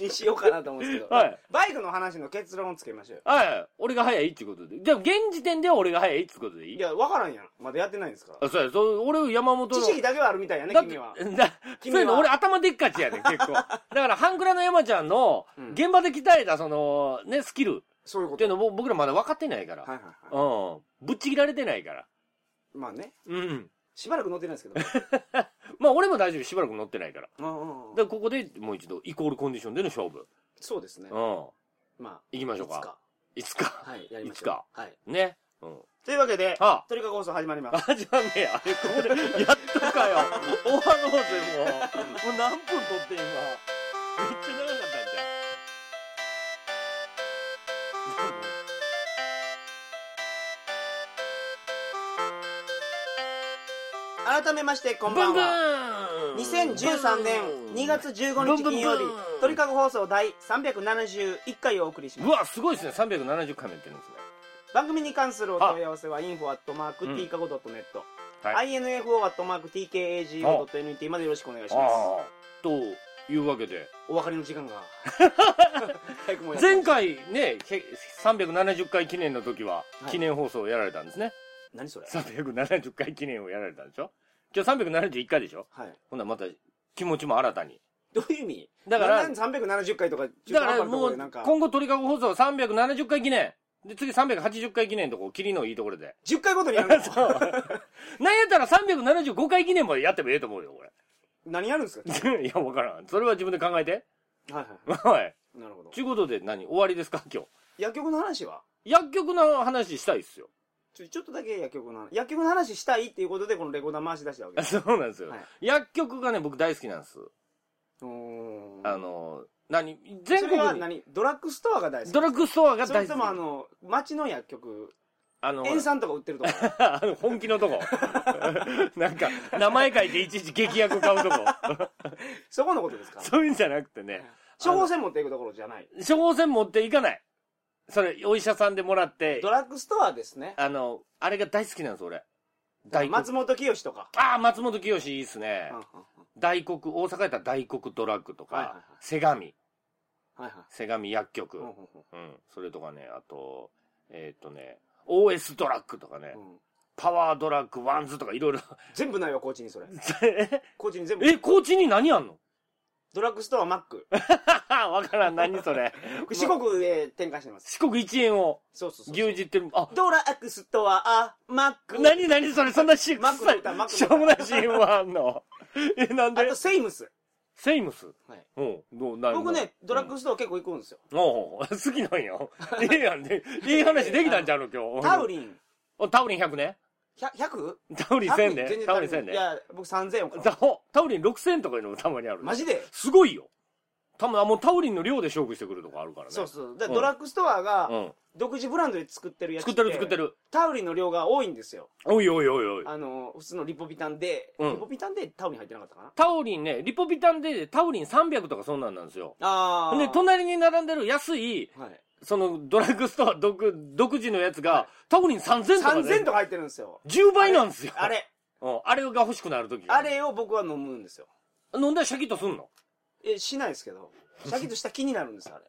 [SPEAKER 1] にしようかなと思うんですけど、
[SPEAKER 2] はい
[SPEAKER 1] バイクの話の結論をつけましょうよ
[SPEAKER 2] はい、俺が早いってことで。じゃあ、現時点では俺が早いってことでいい
[SPEAKER 1] いや分からんやんまだやってないんですから
[SPEAKER 2] あそうや、そう、俺、山本の。
[SPEAKER 1] 知識だけはあるみたいやね
[SPEAKER 2] だって
[SPEAKER 1] 君は
[SPEAKER 2] だそう
[SPEAKER 1] 君は
[SPEAKER 2] いうの俺頭でっかちやねん、結構。だから、半倉の山ちゃんの
[SPEAKER 1] うん、
[SPEAKER 2] 現場で鍛えた、その、ね、スキル
[SPEAKER 1] そういうこ
[SPEAKER 2] って
[SPEAKER 1] と
[SPEAKER 2] いうのも僕らまだ分かってないから。
[SPEAKER 1] はいはいは
[SPEAKER 2] うん。ぶっちぎられてないから。
[SPEAKER 1] いまあね
[SPEAKER 2] うん。
[SPEAKER 1] しばらく乗ってないですけど
[SPEAKER 2] まあ、俺も大丈夫、しばらく乗ってないから。だか
[SPEAKER 1] うんうんうん
[SPEAKER 2] ら、ここでもう一度、イコールコンディションでの勝負。
[SPEAKER 1] そうですね
[SPEAKER 2] うん。行
[SPEAKER 1] まあ
[SPEAKER 2] きましょう
[SPEAKER 1] いつ
[SPEAKER 2] か。いつか。
[SPEAKER 1] はいやりましょう
[SPEAKER 2] いつか
[SPEAKER 1] はい
[SPEAKER 2] ね。うん。
[SPEAKER 1] というわけで
[SPEAKER 2] はあ。
[SPEAKER 1] 鳥かご放送始まります
[SPEAKER 2] あ、じゃあねえ、あれ、こ こで、やっとかよ。終わろうぜ、もう。もう何分撮って、今。めっちゃ長かったんじゃん。
[SPEAKER 1] 改めましてこんばんは
[SPEAKER 2] は
[SPEAKER 1] 2013年2月15日金曜日鳥かご放送第371回をお送りします
[SPEAKER 2] うわすごいですね370回もやってるんですね
[SPEAKER 1] 番組に関するお問い合わせは info.tkago.net、
[SPEAKER 2] は
[SPEAKER 1] info.tkago.net までよろしくお願いします
[SPEAKER 2] というわけで
[SPEAKER 1] お別れの時間が早くもやってます
[SPEAKER 2] 前回ねへ370回記念の時は
[SPEAKER 1] はい
[SPEAKER 2] 記念放送をやられたんですね、
[SPEAKER 1] 何それ
[SPEAKER 2] 370回記念をやられたんでしょ今日371回でしょ
[SPEAKER 1] はい
[SPEAKER 2] ほんならまた気持ちも新たに
[SPEAKER 1] どういう意味
[SPEAKER 2] だから
[SPEAKER 1] なんなん370回とか中途
[SPEAKER 2] だ
[SPEAKER 1] 半端
[SPEAKER 2] から
[SPEAKER 1] なとこ
[SPEAKER 2] も
[SPEAKER 1] ろで
[SPEAKER 2] う
[SPEAKER 1] なんか
[SPEAKER 2] 今後鳥かご放送370回記念で次380回記念のとこ切りのいいところで
[SPEAKER 1] 10回ごとにやるの
[SPEAKER 2] なんやったら375回記念までやってもええと思うよこれ
[SPEAKER 1] 何やるんですか
[SPEAKER 2] いや、わからん。それ は自分で考えて。
[SPEAKER 1] はいは
[SPEAKER 2] はい。
[SPEAKER 1] いなるほど
[SPEAKER 2] ちゅうことで何終わりですか今日。
[SPEAKER 1] 薬局の話は
[SPEAKER 2] 薬局の話したいっすよ。
[SPEAKER 1] ちょちょっとだけ薬局の話薬局の話したいっていうことでこのレコーダー回し出したわけ
[SPEAKER 2] あ
[SPEAKER 1] です
[SPEAKER 2] そうなんですよ、
[SPEAKER 1] はい
[SPEAKER 2] 薬局がね、僕大好きなんです。
[SPEAKER 1] うーん
[SPEAKER 2] あの、何
[SPEAKER 1] そ
[SPEAKER 2] 全
[SPEAKER 1] れは
[SPEAKER 2] 国に
[SPEAKER 1] 何ドラッグストアが大好き
[SPEAKER 2] ドラッグストアが
[SPEAKER 1] それ
[SPEAKER 2] 大
[SPEAKER 1] と
[SPEAKER 2] 好き。
[SPEAKER 1] もあの町の薬局
[SPEAKER 2] あの、
[SPEAKER 1] 塩酸とか売ってるとこ
[SPEAKER 2] あの本気のとこ。 なんか、名前書いていちいち劇薬 買うとこ。
[SPEAKER 1] そこのことですか
[SPEAKER 2] そういうんじゃなくてね。
[SPEAKER 1] 処方箋持っていくところじゃない
[SPEAKER 2] 処方箋持っていかない。それ、お医者さんでもらって
[SPEAKER 1] ド、ラッグストアですね
[SPEAKER 2] あの、あれが大好きなんです、俺。大黒。
[SPEAKER 1] 松本清とか、
[SPEAKER 2] ああ、松本清いいっすね。
[SPEAKER 1] うんうん
[SPEAKER 2] 大黒大阪やったら大黒ドラッグとか、
[SPEAKER 1] はいはいはい
[SPEAKER 2] 瀬上
[SPEAKER 1] はいはい
[SPEAKER 2] 瀬上薬局、
[SPEAKER 1] う
[SPEAKER 2] うん
[SPEAKER 1] うん
[SPEAKER 2] んそれとかねあとえーっ、とね OS ドラッグとかね、
[SPEAKER 1] うんうん
[SPEAKER 2] パワードラッグワンズとかいろいろ
[SPEAKER 1] 全部ないわ高知にそれ
[SPEAKER 2] え
[SPEAKER 1] 高知に全部
[SPEAKER 2] え高知に何あんの
[SPEAKER 1] ドラッグストアマック
[SPEAKER 2] わからん何それ
[SPEAKER 1] 僕四国で展開してます
[SPEAKER 2] 四国一円を
[SPEAKER 1] そうそうそう
[SPEAKER 2] 牛耳ってるあ
[SPEAKER 1] ドラッグストアマック
[SPEAKER 2] 何何それそんなし
[SPEAKER 1] マックの歌マックの歌
[SPEAKER 2] しょうもない CM はあんのえなん
[SPEAKER 1] あ
[SPEAKER 2] で
[SPEAKER 1] とセイムス
[SPEAKER 2] セイムス。
[SPEAKER 1] はい
[SPEAKER 2] うん。どうな
[SPEAKER 1] 僕ね、ドラッグストア結構行くんですよ。
[SPEAKER 2] おう 好きなんや。ええやんね。いい話できたんちゃうの今日。
[SPEAKER 1] タウ
[SPEAKER 2] リ
[SPEAKER 1] リン、
[SPEAKER 2] ン。タウリン100ね。
[SPEAKER 1] ひゃ 100?
[SPEAKER 2] タウリン
[SPEAKER 1] 100
[SPEAKER 2] 1000ね。タウリン1000
[SPEAKER 1] い
[SPEAKER 2] ね。
[SPEAKER 1] や、僕3000円から。
[SPEAKER 2] タタウリン6000とかいうのもたまにあるね。
[SPEAKER 1] マジです
[SPEAKER 2] ごいよ。たま、もうタウリンの量で勝負してくるとこあるからね。
[SPEAKER 1] そうそう。で、
[SPEAKER 2] うん
[SPEAKER 1] ドラッグストアが
[SPEAKER 2] うん。
[SPEAKER 1] 独自ブランドで作ってるやつ。
[SPEAKER 2] 作ってる作って。る。
[SPEAKER 1] タウリンの量が多いんですよ。
[SPEAKER 2] おいおいおいおい。
[SPEAKER 1] あの、普通のリポビタンで、
[SPEAKER 2] うん
[SPEAKER 1] リポビタンでタウリン入ってなかったかな
[SPEAKER 2] タウリンね、リポビタンでタウリン300とかそんなんなんですよ。
[SPEAKER 1] あー。
[SPEAKER 2] で、隣に並んでる安い、
[SPEAKER 1] はい。
[SPEAKER 2] そのドラッグストア独独自のやつが、タウリン3000とかね。
[SPEAKER 1] 3000とか入ってるんですよ。
[SPEAKER 2] 10倍なんですよ。
[SPEAKER 1] あれ、
[SPEAKER 2] うん、あれが欲しくなるとき。
[SPEAKER 1] あれを僕は飲むんですよ。
[SPEAKER 2] 飲んだらシャキッとすんの
[SPEAKER 1] え、しないですけど、シャキッとした気になるんです、あれ。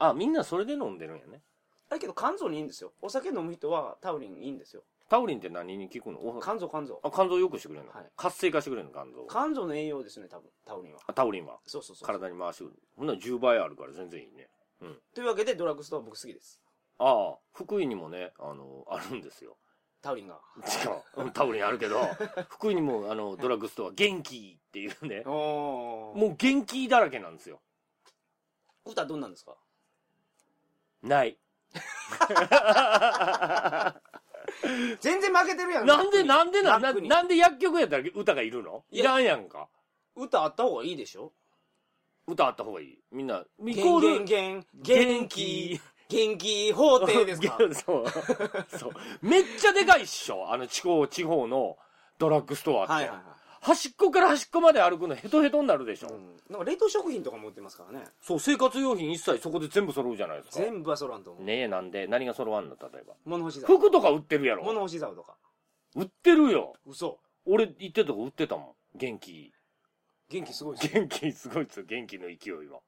[SPEAKER 2] あ、みんなそれで飲んでるんやね。
[SPEAKER 1] だけど肝臓にいいんですよ。お酒飲む人はタウリンいいんですよ。
[SPEAKER 2] タウリンって何に効くのお
[SPEAKER 1] 肝臓肝臓。
[SPEAKER 2] あ肝臓を良くしてくれるの、
[SPEAKER 1] はい
[SPEAKER 2] 活性化してくれるの肝臓を
[SPEAKER 1] 肝臓の栄養ですね、多分、タウリンは。
[SPEAKER 2] あタウリンは。
[SPEAKER 1] そうそうそう。
[SPEAKER 2] 体に回してくる。ほんなら10倍あるから全然いいね。
[SPEAKER 1] というわけで、ドラッグストア僕好きです。
[SPEAKER 2] ああ、福井にもね、あの、あるんですよ。
[SPEAKER 1] タウリンが。
[SPEAKER 2] 違 ううん。タウリンあるけど、福井にもあの、ドラッグストア、元気っていうね。
[SPEAKER 1] おー。
[SPEAKER 2] もう元気だらけなんですよ。
[SPEAKER 1] 歌どんなんですか
[SPEAKER 2] ない。
[SPEAKER 1] 全然負けてるやん。
[SPEAKER 2] なんでなんでな、な
[SPEAKER 1] 楽に
[SPEAKER 2] なんで薬局やったら歌がいるの
[SPEAKER 1] い
[SPEAKER 2] い
[SPEAKER 1] や
[SPEAKER 2] らんやんか。
[SPEAKER 1] 歌あった方がいいでしょ
[SPEAKER 2] 歌あった方がいい。みんな、イ
[SPEAKER 1] ゲ
[SPEAKER 2] コ
[SPEAKER 1] ン
[SPEAKER 2] ー
[SPEAKER 1] ゲン
[SPEAKER 2] ル、
[SPEAKER 1] ゲン、元気、元気法廷です か
[SPEAKER 2] そう。そう。めっちゃでかいっしょ。あの地方、地方のドラッグストアって。
[SPEAKER 1] はいはいは
[SPEAKER 2] 端っこから端っこまで歩くのヘトヘトになるでしょ。
[SPEAKER 1] い。うんなんか冷凍食品とかも売ってますからね。
[SPEAKER 2] そう、生活用品一切そこで全部揃うじゃないですか。
[SPEAKER 1] 全部はそらんと思う。
[SPEAKER 2] ねえ、なんで、何が揃わんの例えば。
[SPEAKER 1] 物干し竿。
[SPEAKER 2] 服とか売ってるやろ。
[SPEAKER 1] 物干し竿とか。
[SPEAKER 2] 売ってるよ。
[SPEAKER 1] 嘘。
[SPEAKER 2] 俺行ってたとこ売ってたもん。元気。
[SPEAKER 1] 元気すごいですよ
[SPEAKER 2] 元気すごいっすよ、元気の勢いは。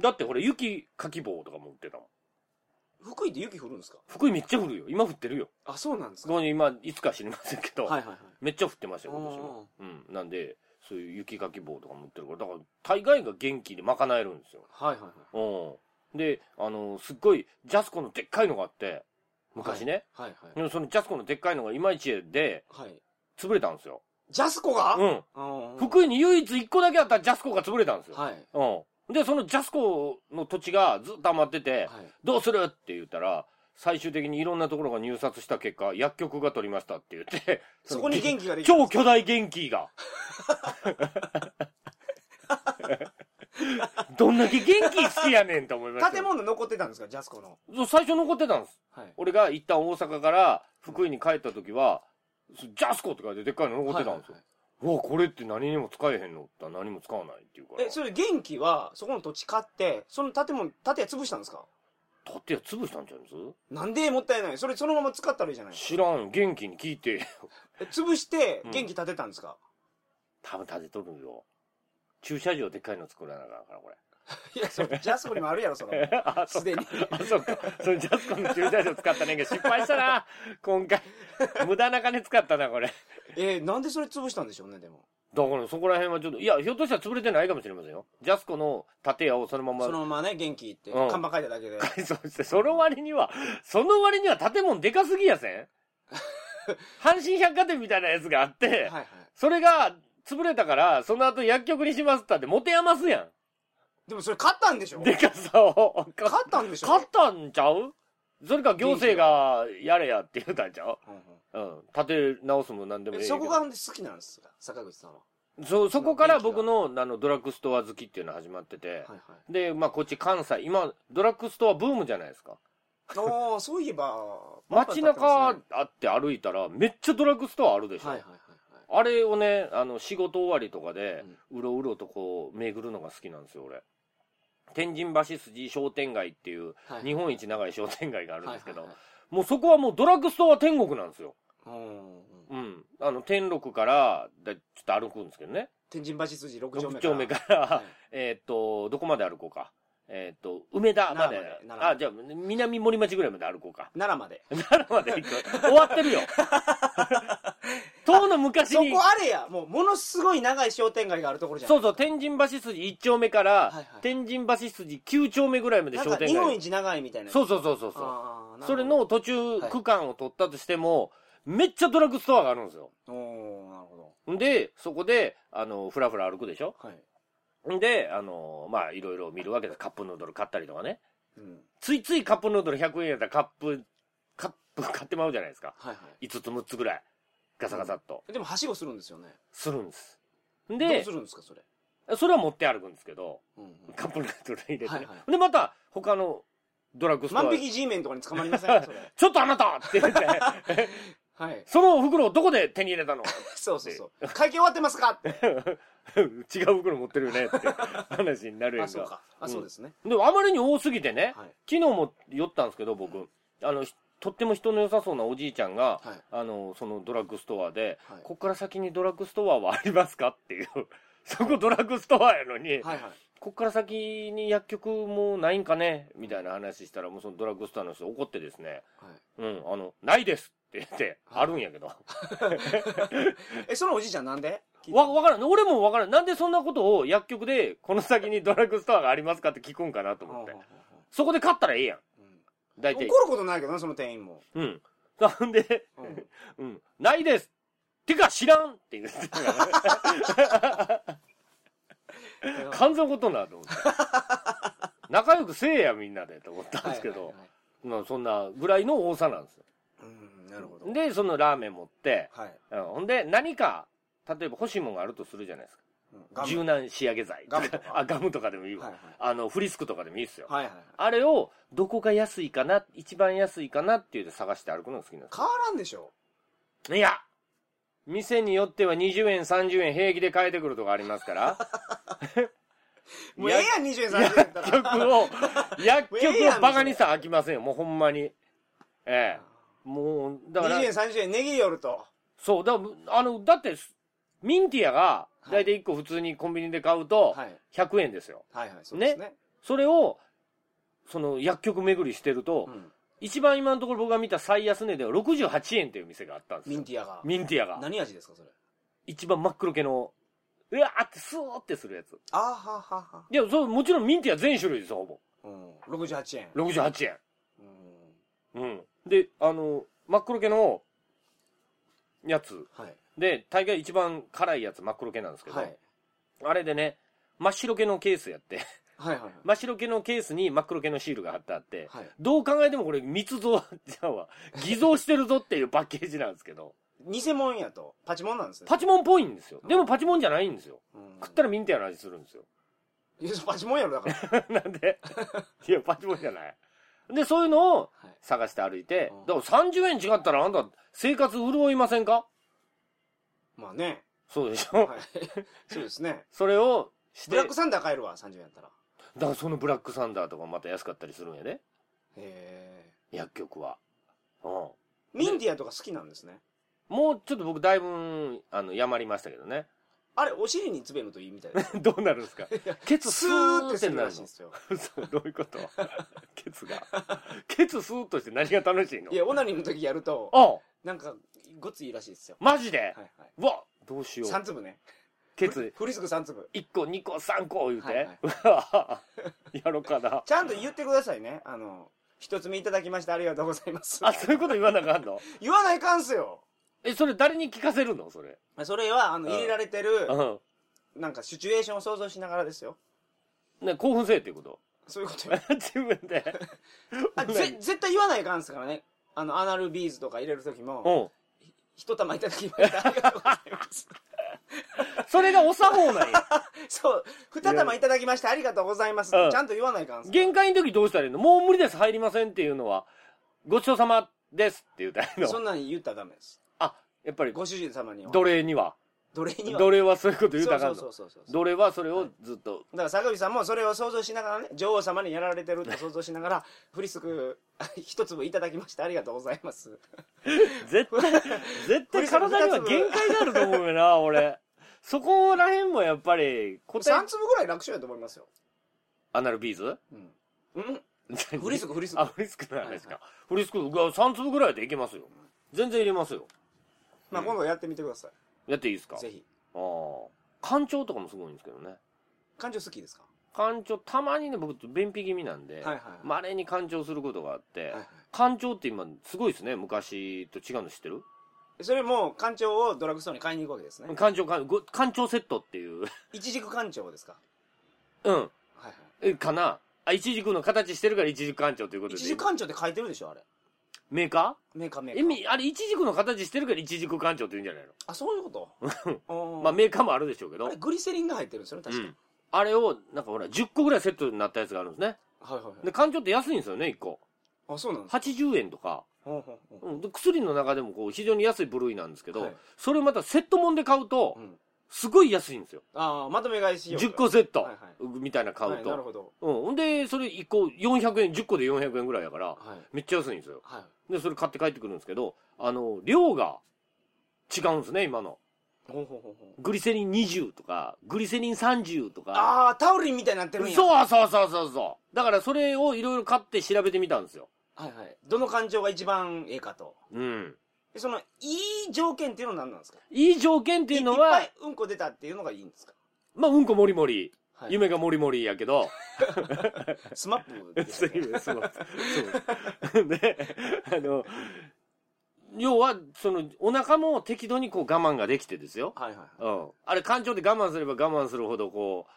[SPEAKER 2] だってほら、雪かき棒とかも売ってたもん。
[SPEAKER 1] 福井って雪降るんですか
[SPEAKER 2] 福井めっちゃ降るよ。今降ってるよ。
[SPEAKER 1] あ、そうなんです
[SPEAKER 2] そ
[SPEAKER 1] かは
[SPEAKER 2] こに今、いつか知りませんけど。
[SPEAKER 1] いはいはい。
[SPEAKER 2] めっちゃ降ってましたよ、今年も。うん。なんで、そういう雪かき棒とかも売ってるから、だから、大概が元気で賄えるんですよ。
[SPEAKER 1] はいはいはい。
[SPEAKER 2] うん。で、あの、すっごい、ジャスコのでっかいのがあって、昔ね。
[SPEAKER 1] はいはい。
[SPEAKER 2] でもそのジャスコのでっかいのがいまいちで、
[SPEAKER 1] はい。
[SPEAKER 2] 潰れたんですよ。
[SPEAKER 1] ジャスコが
[SPEAKER 2] うん。
[SPEAKER 1] うんうん
[SPEAKER 2] 福井に唯一1個だけあったジャスコが潰れたんですよ。
[SPEAKER 1] はい。
[SPEAKER 2] うん。で、そのジャスコの土地がずっと余ってて、
[SPEAKER 1] はい。
[SPEAKER 2] どうするって言ったら、最終的にいろんなところが入札した結果、薬局が取りましたって言って、
[SPEAKER 1] そこに元気ができる。
[SPEAKER 2] 超巨大元 気が。どんだけ元気好きやねんと思いました。
[SPEAKER 1] 建物残ってたんですかジャスコの。
[SPEAKER 2] そう最初残ってたんです。
[SPEAKER 1] はい。
[SPEAKER 2] 俺が一旦大阪から福井に帰った時は、そうジャスコって書いてでっかいの残ってたんですよ。
[SPEAKER 1] はいはいはいう
[SPEAKER 2] わ、これって何にも使えへんのって言ったら何も使わないっていうから。
[SPEAKER 1] え、それ元気は、そこの土地買って、その建物、建屋潰したんですか
[SPEAKER 2] だってや潰したんちゃうんです
[SPEAKER 1] なんでもったいない。それそのまま使ったらいいじゃない。
[SPEAKER 2] 知らんよ元気に聞いて
[SPEAKER 1] え潰して
[SPEAKER 2] うん、
[SPEAKER 1] 元気建てたんですか、
[SPEAKER 2] 多分立てとるよ駐車場でっかいの作らなあかんからこれ
[SPEAKER 1] いや、そ れジャスコにも あるやろ、そ れ。
[SPEAKER 2] あ
[SPEAKER 1] すでに。
[SPEAKER 2] あそっか そのジャスコの駐車場使ったねんけど失敗したな今回 無駄な金使ったなこれ
[SPEAKER 1] えーなんでそれ潰したんでしょうね、でも。
[SPEAKER 2] だからそこら辺はちょっといやひょっとしたら潰れてないかもしれませんよジャスコの建屋をそのまま
[SPEAKER 1] そのままね、元気って、
[SPEAKER 2] うん
[SPEAKER 1] 看板書いただけ で。
[SPEAKER 2] 改装してその割にはその割には建物でかすぎやせ ん阪神百貨店みたいなやつがあって、
[SPEAKER 1] はいはい。
[SPEAKER 2] それが潰れたから、その後薬局にしますったって持て余すや
[SPEAKER 1] でもそれ買ったんでしょ
[SPEAKER 2] ん。
[SPEAKER 1] 買
[SPEAKER 2] でかさを。か
[SPEAKER 1] ったんでしょ
[SPEAKER 2] 買ったんちゃうそれか行政がやれやって言うたんちゃう
[SPEAKER 1] うんうん
[SPEAKER 2] うん。立て直すも何でもいい
[SPEAKER 1] え
[SPEAKER 2] け
[SPEAKER 1] そ
[SPEAKER 2] ど。
[SPEAKER 1] こがほんで好きなんですか坂口さんは。
[SPEAKER 2] そ、そこから僕の、あの、ドラッグストア好きっていうのが始まってて。
[SPEAKER 1] はいはい。
[SPEAKER 2] で、まあ、こっち関西、今、ドラッグストアブームじゃないですか。
[SPEAKER 1] ああ、そういえば、パ
[SPEAKER 2] 街中あ
[SPEAKER 1] ンパン立って
[SPEAKER 2] って歩いたら、めっちゃドラッグストアあるで
[SPEAKER 1] ます
[SPEAKER 2] し
[SPEAKER 1] ね
[SPEAKER 2] ょ。
[SPEAKER 1] はいはいはいはい。
[SPEAKER 2] あれをね、あの、仕事終わりとかで、うろうろとこう、巡るのが好きなんですよ、俺。天神橋筋商店街っていう、
[SPEAKER 1] はい
[SPEAKER 2] 日本一長い商店街があ
[SPEAKER 1] あ
[SPEAKER 2] るんですけど、
[SPEAKER 1] はいはい
[SPEAKER 2] もうそこはもうドラッグストア天国なんですよ。
[SPEAKER 1] はいうんうん
[SPEAKER 2] うん。あの、天禄から、だちょっと歩くんですけどね。
[SPEAKER 1] 天神橋筋6丁目
[SPEAKER 2] 6丁目
[SPEAKER 1] か
[SPEAKER 2] から、
[SPEAKER 1] ら。はい
[SPEAKER 2] えーっと、どこまで歩こうか。えーっと、梅田まで。
[SPEAKER 1] 奈良まで奈良
[SPEAKER 2] あ、じゃあ、南森町ぐらいまで歩こうか。
[SPEAKER 1] 奈良まで。
[SPEAKER 2] 奈良まで行く。終わ ってるよ。遠の昔
[SPEAKER 1] そこ
[SPEAKER 2] に。
[SPEAKER 1] あれや、もうものすごい長い商店街があるところじゃん。
[SPEAKER 2] そうそう、天神橋筋1丁目から、
[SPEAKER 1] いはい
[SPEAKER 2] 天神橋筋9丁目ぐらいまで
[SPEAKER 1] なん
[SPEAKER 2] 商
[SPEAKER 1] か
[SPEAKER 2] 店
[SPEAKER 1] 日本
[SPEAKER 2] 街。
[SPEAKER 1] 一長いみたいな。
[SPEAKER 2] そうそうそうそうそう。
[SPEAKER 1] ああ
[SPEAKER 2] それ、の途中区間を取ったとしても、めっちゃドラッグストアがあるんですよ。
[SPEAKER 1] なるほどおーなるほ
[SPEAKER 2] んで、そこで、あの、ふらふら歩くでしょ
[SPEAKER 1] はい。
[SPEAKER 2] んで、あの、まあ、いろいろ見るわけです。カップヌードル買ったりとかね。
[SPEAKER 1] うん。
[SPEAKER 2] ついついカップヌードル100円やったらカップ、カップ 買ってまうじゃないですか。
[SPEAKER 1] はいは
[SPEAKER 2] 5つ6つぐらい。ガサガサっと。
[SPEAKER 1] い。でも、はしごするんですよね。
[SPEAKER 2] するんです。
[SPEAKER 1] どう、
[SPEAKER 2] です
[SPEAKER 1] るんですか、それ。
[SPEAKER 2] それは持って歩くんですけど、
[SPEAKER 1] うんうん。
[SPEAKER 2] カップヌードル入れてね、
[SPEAKER 1] はいは
[SPEAKER 2] で、また、他のドラッグストア
[SPEAKER 1] 万
[SPEAKER 2] で
[SPEAKER 1] 引き G メンとかに捕まりませんそれ。
[SPEAKER 2] ちょっとあなたって言って、
[SPEAKER 1] はい。
[SPEAKER 2] その袋をどこで手に入れたの
[SPEAKER 1] そうそうそう。会計終わってますかって。
[SPEAKER 2] 違う袋持ってるよねって話になるや
[SPEAKER 1] あ、
[SPEAKER 2] ん
[SPEAKER 1] そう
[SPEAKER 2] か。
[SPEAKER 1] か。あ、そうですね。
[SPEAKER 2] でもあまりに多すぎてね、
[SPEAKER 1] はい。
[SPEAKER 2] 昨日も寄ったんですけど、僕、あの、ひとっても人の良さそうなおじいちゃんが、
[SPEAKER 1] はい。
[SPEAKER 2] あの、そのドラッグストアで、
[SPEAKER 1] はい
[SPEAKER 2] こっから先にドラッグストアはありますかっていう。 そこドラッグストアやのに、
[SPEAKER 1] はいはい。
[SPEAKER 2] こっから先に薬局もないんかねみたいな話したら、もうそのドラッグストアの人怒ってですね、
[SPEAKER 1] はい
[SPEAKER 2] うん、あの、ないですって言って、
[SPEAKER 1] はい
[SPEAKER 2] あるんやけど。
[SPEAKER 1] え、そのおじいちゃんなんで
[SPEAKER 2] わ、わからん。俺もわからん。なんでそんなことを薬局で、この先にドラッグストアがありますかって聞くんかなと思って。そこで買ったらええやん。
[SPEAKER 1] うん
[SPEAKER 2] 大
[SPEAKER 1] 怒
[SPEAKER 2] 体
[SPEAKER 1] る。ことないけどな、その店員も。
[SPEAKER 2] うん。なんで、
[SPEAKER 1] うん
[SPEAKER 2] うん、ないです。てか知らんって言ってたから、完全ことなと思って。仲良くせえや、みんなでと思ったんですけ
[SPEAKER 1] はい
[SPEAKER 2] ど
[SPEAKER 1] は、いはい
[SPEAKER 2] まあそんなぐらいの多さなんですよ。
[SPEAKER 1] うん、なるほど。
[SPEAKER 2] で、そのラーメン持って、
[SPEAKER 1] はい。
[SPEAKER 2] うん、ほんで何か、例えば欲しいもんがあるとするじゃないです
[SPEAKER 1] うん
[SPEAKER 2] か。
[SPEAKER 1] ガム
[SPEAKER 2] 柔軟仕上げ剤。
[SPEAKER 1] ガムとか
[SPEAKER 2] あ、ガムとかでもいいわ。
[SPEAKER 1] はい
[SPEAKER 2] あの、フリスクとかでもいいっすよ。
[SPEAKER 1] はい。はいはいはい。
[SPEAKER 2] あれを、どこが安いかな、一番安いかなっていうで探して歩くのが好きなんです
[SPEAKER 1] 変わらんでしょ。
[SPEAKER 2] よ。いや店によっては20円、30円平気で変えてくるとかありますから。
[SPEAKER 1] もうええやん、20円30円やった ら。
[SPEAKER 2] 薬局を、薬局をバカにしたら飽きませんよ。もうほんまに。ええ。もう、だから
[SPEAKER 1] 20、円30円値切りよると。
[SPEAKER 2] そう、だから、あの、だって、ミンティアが、だいたい1個普通にコンビニで買うと、
[SPEAKER 1] はい。
[SPEAKER 2] 100円ですよ。
[SPEAKER 1] はいはい、そうですね。
[SPEAKER 2] それを、その薬局巡りしてると、
[SPEAKER 1] うん
[SPEAKER 2] 一番今のところ僕が見た最安値では68円っていう店があったんです
[SPEAKER 1] ミ
[SPEAKER 2] よ
[SPEAKER 1] ン。ティアが。
[SPEAKER 2] ミンティアが。
[SPEAKER 1] 何味ですか、それ。
[SPEAKER 2] 一番真っ黒系の、うわーってスーってするやつ。
[SPEAKER 1] あーはーはーはい
[SPEAKER 2] や、そう、もちろんミンティア全種類ですよ、ほぼ。
[SPEAKER 1] ーうん。68円。
[SPEAKER 2] 68円。
[SPEAKER 1] うん
[SPEAKER 2] うん。で、あの、真っ黒系の、やつ。
[SPEAKER 1] はい。
[SPEAKER 2] で、大概一番辛いやつ真っ黒系なんですけど、
[SPEAKER 1] はい。
[SPEAKER 2] あれでね、真っ白系のケースやって、
[SPEAKER 1] はいはい。
[SPEAKER 2] 真っ白系のケースに真っ黒系のシールが貼ってあって、
[SPEAKER 1] はい。
[SPEAKER 2] どう考えてもこれ密造じゃんわ。偽造してるぞっていうパ ッケージなんですけど。
[SPEAKER 1] 偽物やと。パチモンなんですね。
[SPEAKER 2] パチモンっぽいんですよ。でもパチモンじゃないんですよ。
[SPEAKER 1] うん
[SPEAKER 2] 食ったらミンティアの味するんですよ。
[SPEAKER 1] いやそうパチモンやろ、だから。
[SPEAKER 2] なんでいや、パチモンじゃない。で、そういうのを
[SPEAKER 1] はい
[SPEAKER 2] 探して歩いて
[SPEAKER 1] うん、
[SPEAKER 2] だから30円違ったらあんた生活潤いませんか
[SPEAKER 1] まあね。
[SPEAKER 2] そうでし
[SPEAKER 1] は
[SPEAKER 2] ょ、
[SPEAKER 1] い。そうですね。
[SPEAKER 2] それをして、
[SPEAKER 1] ブラックサンダー買えるわ、30円やったら。
[SPEAKER 2] だからそのブラックサンダーとかまた安かったりするんやで。
[SPEAKER 1] へ
[SPEAKER 2] 薬局は。うん。
[SPEAKER 1] え。ミンティアとか好きなんですね。
[SPEAKER 2] もうちょっと僕だいぶ、あの、やまりましたけどね。
[SPEAKER 1] あれ、お尻につべるといいみたいです。
[SPEAKER 2] どうなるんですかケツス
[SPEAKER 1] ス
[SPEAKER 2] ー
[SPEAKER 1] ーっ
[SPEAKER 2] っ
[SPEAKER 1] て
[SPEAKER 2] て
[SPEAKER 1] す
[SPEAKER 2] す
[SPEAKER 1] る
[SPEAKER 2] るら
[SPEAKER 1] ら
[SPEAKER 2] し
[SPEAKER 1] しい
[SPEAKER 2] いん
[SPEAKER 1] んで
[SPEAKER 2] で。
[SPEAKER 1] すすよ。
[SPEAKER 2] そう、どういうことケツが。ケツスーっとして何が楽しいの
[SPEAKER 1] いや、オナニーの時やると、
[SPEAKER 2] あ
[SPEAKER 1] なんか、ごっついいらしいですよ。
[SPEAKER 2] マジで、
[SPEAKER 1] はいはい。
[SPEAKER 2] うわどうしよ
[SPEAKER 1] 3
[SPEAKER 2] う。
[SPEAKER 1] 粒ね。
[SPEAKER 2] ケツ
[SPEAKER 1] フリスク3粒。
[SPEAKER 2] 1個、2個、3個言うて。
[SPEAKER 1] はいはいう
[SPEAKER 2] わ やろうかな。
[SPEAKER 1] ちゃんと言ってくださいね。あの、一つ目いただきましてありがとうございます。
[SPEAKER 2] あ、そういうこと言わなあかんの
[SPEAKER 1] 言わないかんすよ。
[SPEAKER 2] え、それ誰に聞かせるのそれ。
[SPEAKER 1] それは、あの、
[SPEAKER 2] うん
[SPEAKER 1] 入れられてる、
[SPEAKER 2] うん。
[SPEAKER 1] なんかシチュエーションを想像しながらですよ。
[SPEAKER 2] ね、興奮せえっていうこと。
[SPEAKER 1] そういうこと よ
[SPEAKER 2] 自分で。
[SPEAKER 1] あぜ絶対言わないかんすからね。あの、アナルビーズとか入れる時
[SPEAKER 2] う
[SPEAKER 1] も、
[SPEAKER 2] ん。
[SPEAKER 1] 一玉いただきましてありがとうございます。
[SPEAKER 2] それがお作法なんや。
[SPEAKER 1] そう、二玉いただきましてありがとうございます。ち
[SPEAKER 2] うん
[SPEAKER 1] ゃんと言わないかんすから
[SPEAKER 2] 限界の時どうしたらいいのもう無理です、入りませんっていうのは、ごちそうさまですって言うたらいい
[SPEAKER 1] そ
[SPEAKER 2] の。
[SPEAKER 1] んなん言ったらダメです。
[SPEAKER 2] あ、やっぱり、
[SPEAKER 1] ご主人様には。
[SPEAKER 2] 奴隷には。
[SPEAKER 1] 奴隷には。
[SPEAKER 2] 奴隷はそういうこと言うたらあか
[SPEAKER 1] そ
[SPEAKER 2] ん
[SPEAKER 1] うそ
[SPEAKER 2] の
[SPEAKER 1] う。そうそう。
[SPEAKER 2] 奴隷はそれをずっと、
[SPEAKER 1] だから坂口さんもそれを想像しながらね女王様にやられてるって想像しながらフリスク 一粒いただきましてありがとうございます
[SPEAKER 2] 絶対、絶対体には限界があると思うよ な、俺。そこら辺もやっぱり、答
[SPEAKER 1] 3
[SPEAKER 2] え、
[SPEAKER 1] 粒ぐらい楽勝やと思いますよ、
[SPEAKER 2] アナルビーズ
[SPEAKER 1] うん、うんフリスクフリスク
[SPEAKER 2] あ、フリスクじゃないですか。フリスク、3粒ぐらいでいけますよ。全然入れますよ。
[SPEAKER 1] まあ今度やってみてください、
[SPEAKER 2] やっていいですか
[SPEAKER 1] ぜひ
[SPEAKER 2] ああ。干潮とかもすごいんですけどね。
[SPEAKER 1] 感情好きですか
[SPEAKER 2] 干潮、たまにね、僕、便秘気味なんで、
[SPEAKER 1] はいはい
[SPEAKER 2] まれに干潮することがあって、
[SPEAKER 1] はいはい
[SPEAKER 2] 干潮って今、すごいですね。昔と違うの知ってる
[SPEAKER 1] それも館長をドラッグストアに買いに行くわけですね
[SPEAKER 2] 館長、館ご館長セットっていう。
[SPEAKER 1] 一軸館長ですか
[SPEAKER 2] うん。
[SPEAKER 1] はいはい
[SPEAKER 2] えかな。あ、一軸の形してるから一軸館長ということで。
[SPEAKER 1] 一軸館長って書いてるでしょあれ
[SPEAKER 2] メーカ
[SPEAKER 1] メーカーメー
[SPEAKER 2] ー
[SPEAKER 1] カ
[SPEAKER 2] え
[SPEAKER 1] ー
[SPEAKER 2] み、あれ一軸の形してるから一軸館長って言うんじゃないの
[SPEAKER 1] あそういうこと
[SPEAKER 2] まあ
[SPEAKER 1] ま
[SPEAKER 2] メーカーもあるでしょうけ
[SPEAKER 1] あ
[SPEAKER 2] ど
[SPEAKER 1] れ。グリセリンが入ってるんですよね
[SPEAKER 2] う
[SPEAKER 1] 確かに
[SPEAKER 2] ん。あれを、なんかほら、10個ぐらいセットになったやつがあるんですね。
[SPEAKER 1] はいはいはい
[SPEAKER 2] で、館長って安いんですよね、1個。
[SPEAKER 1] あそうなんです
[SPEAKER 2] 80円とか。
[SPEAKER 1] ほうほうほう
[SPEAKER 2] うん、で薬の中でもこう非常に安い部類なんですけど、
[SPEAKER 1] はい
[SPEAKER 2] それまたセットもんで買うと
[SPEAKER 1] うん
[SPEAKER 2] すごい安いんですよ、
[SPEAKER 1] ああまとめ買いしよう
[SPEAKER 2] 10個セット
[SPEAKER 1] はいは
[SPEAKER 2] みたいな買
[SPEAKER 1] は
[SPEAKER 2] う
[SPEAKER 1] い
[SPEAKER 2] と、
[SPEAKER 1] なるほど
[SPEAKER 2] うん、ほんでそれ1個400円10個で400円ぐらいやから
[SPEAKER 1] はい
[SPEAKER 2] めっちゃ安いんですよ
[SPEAKER 1] はい
[SPEAKER 2] でそれ買って帰ってくるんですけどあの量が違うんですね今の
[SPEAKER 1] ほうほうほうほう
[SPEAKER 2] グリセリン20とかグリセリン30とか
[SPEAKER 1] ああタオルみたいになってるんや
[SPEAKER 2] そうそうそうそうそうだからそれをいろいろ買って調べてみたんですよ
[SPEAKER 1] はいはいどの感情が一番ええかと
[SPEAKER 2] うん
[SPEAKER 1] でそのいい条件っていうのは何なんですか
[SPEAKER 2] いい条件っていうのはい
[SPEAKER 1] っぱいうんこ出たっていうのがいいんですか
[SPEAKER 2] まあうんこもりもり
[SPEAKER 1] はい
[SPEAKER 2] 夢がもりもりやけど
[SPEAKER 1] スマップ でした
[SPEAKER 2] そう
[SPEAKER 1] ね
[SPEAKER 2] いう、そう。そう。 で、あの、要は、その、お腹も適度にこう我慢ができてですよ。
[SPEAKER 1] はいはいは
[SPEAKER 2] うん。あれ、感情で我慢すれば我慢するほど、こう、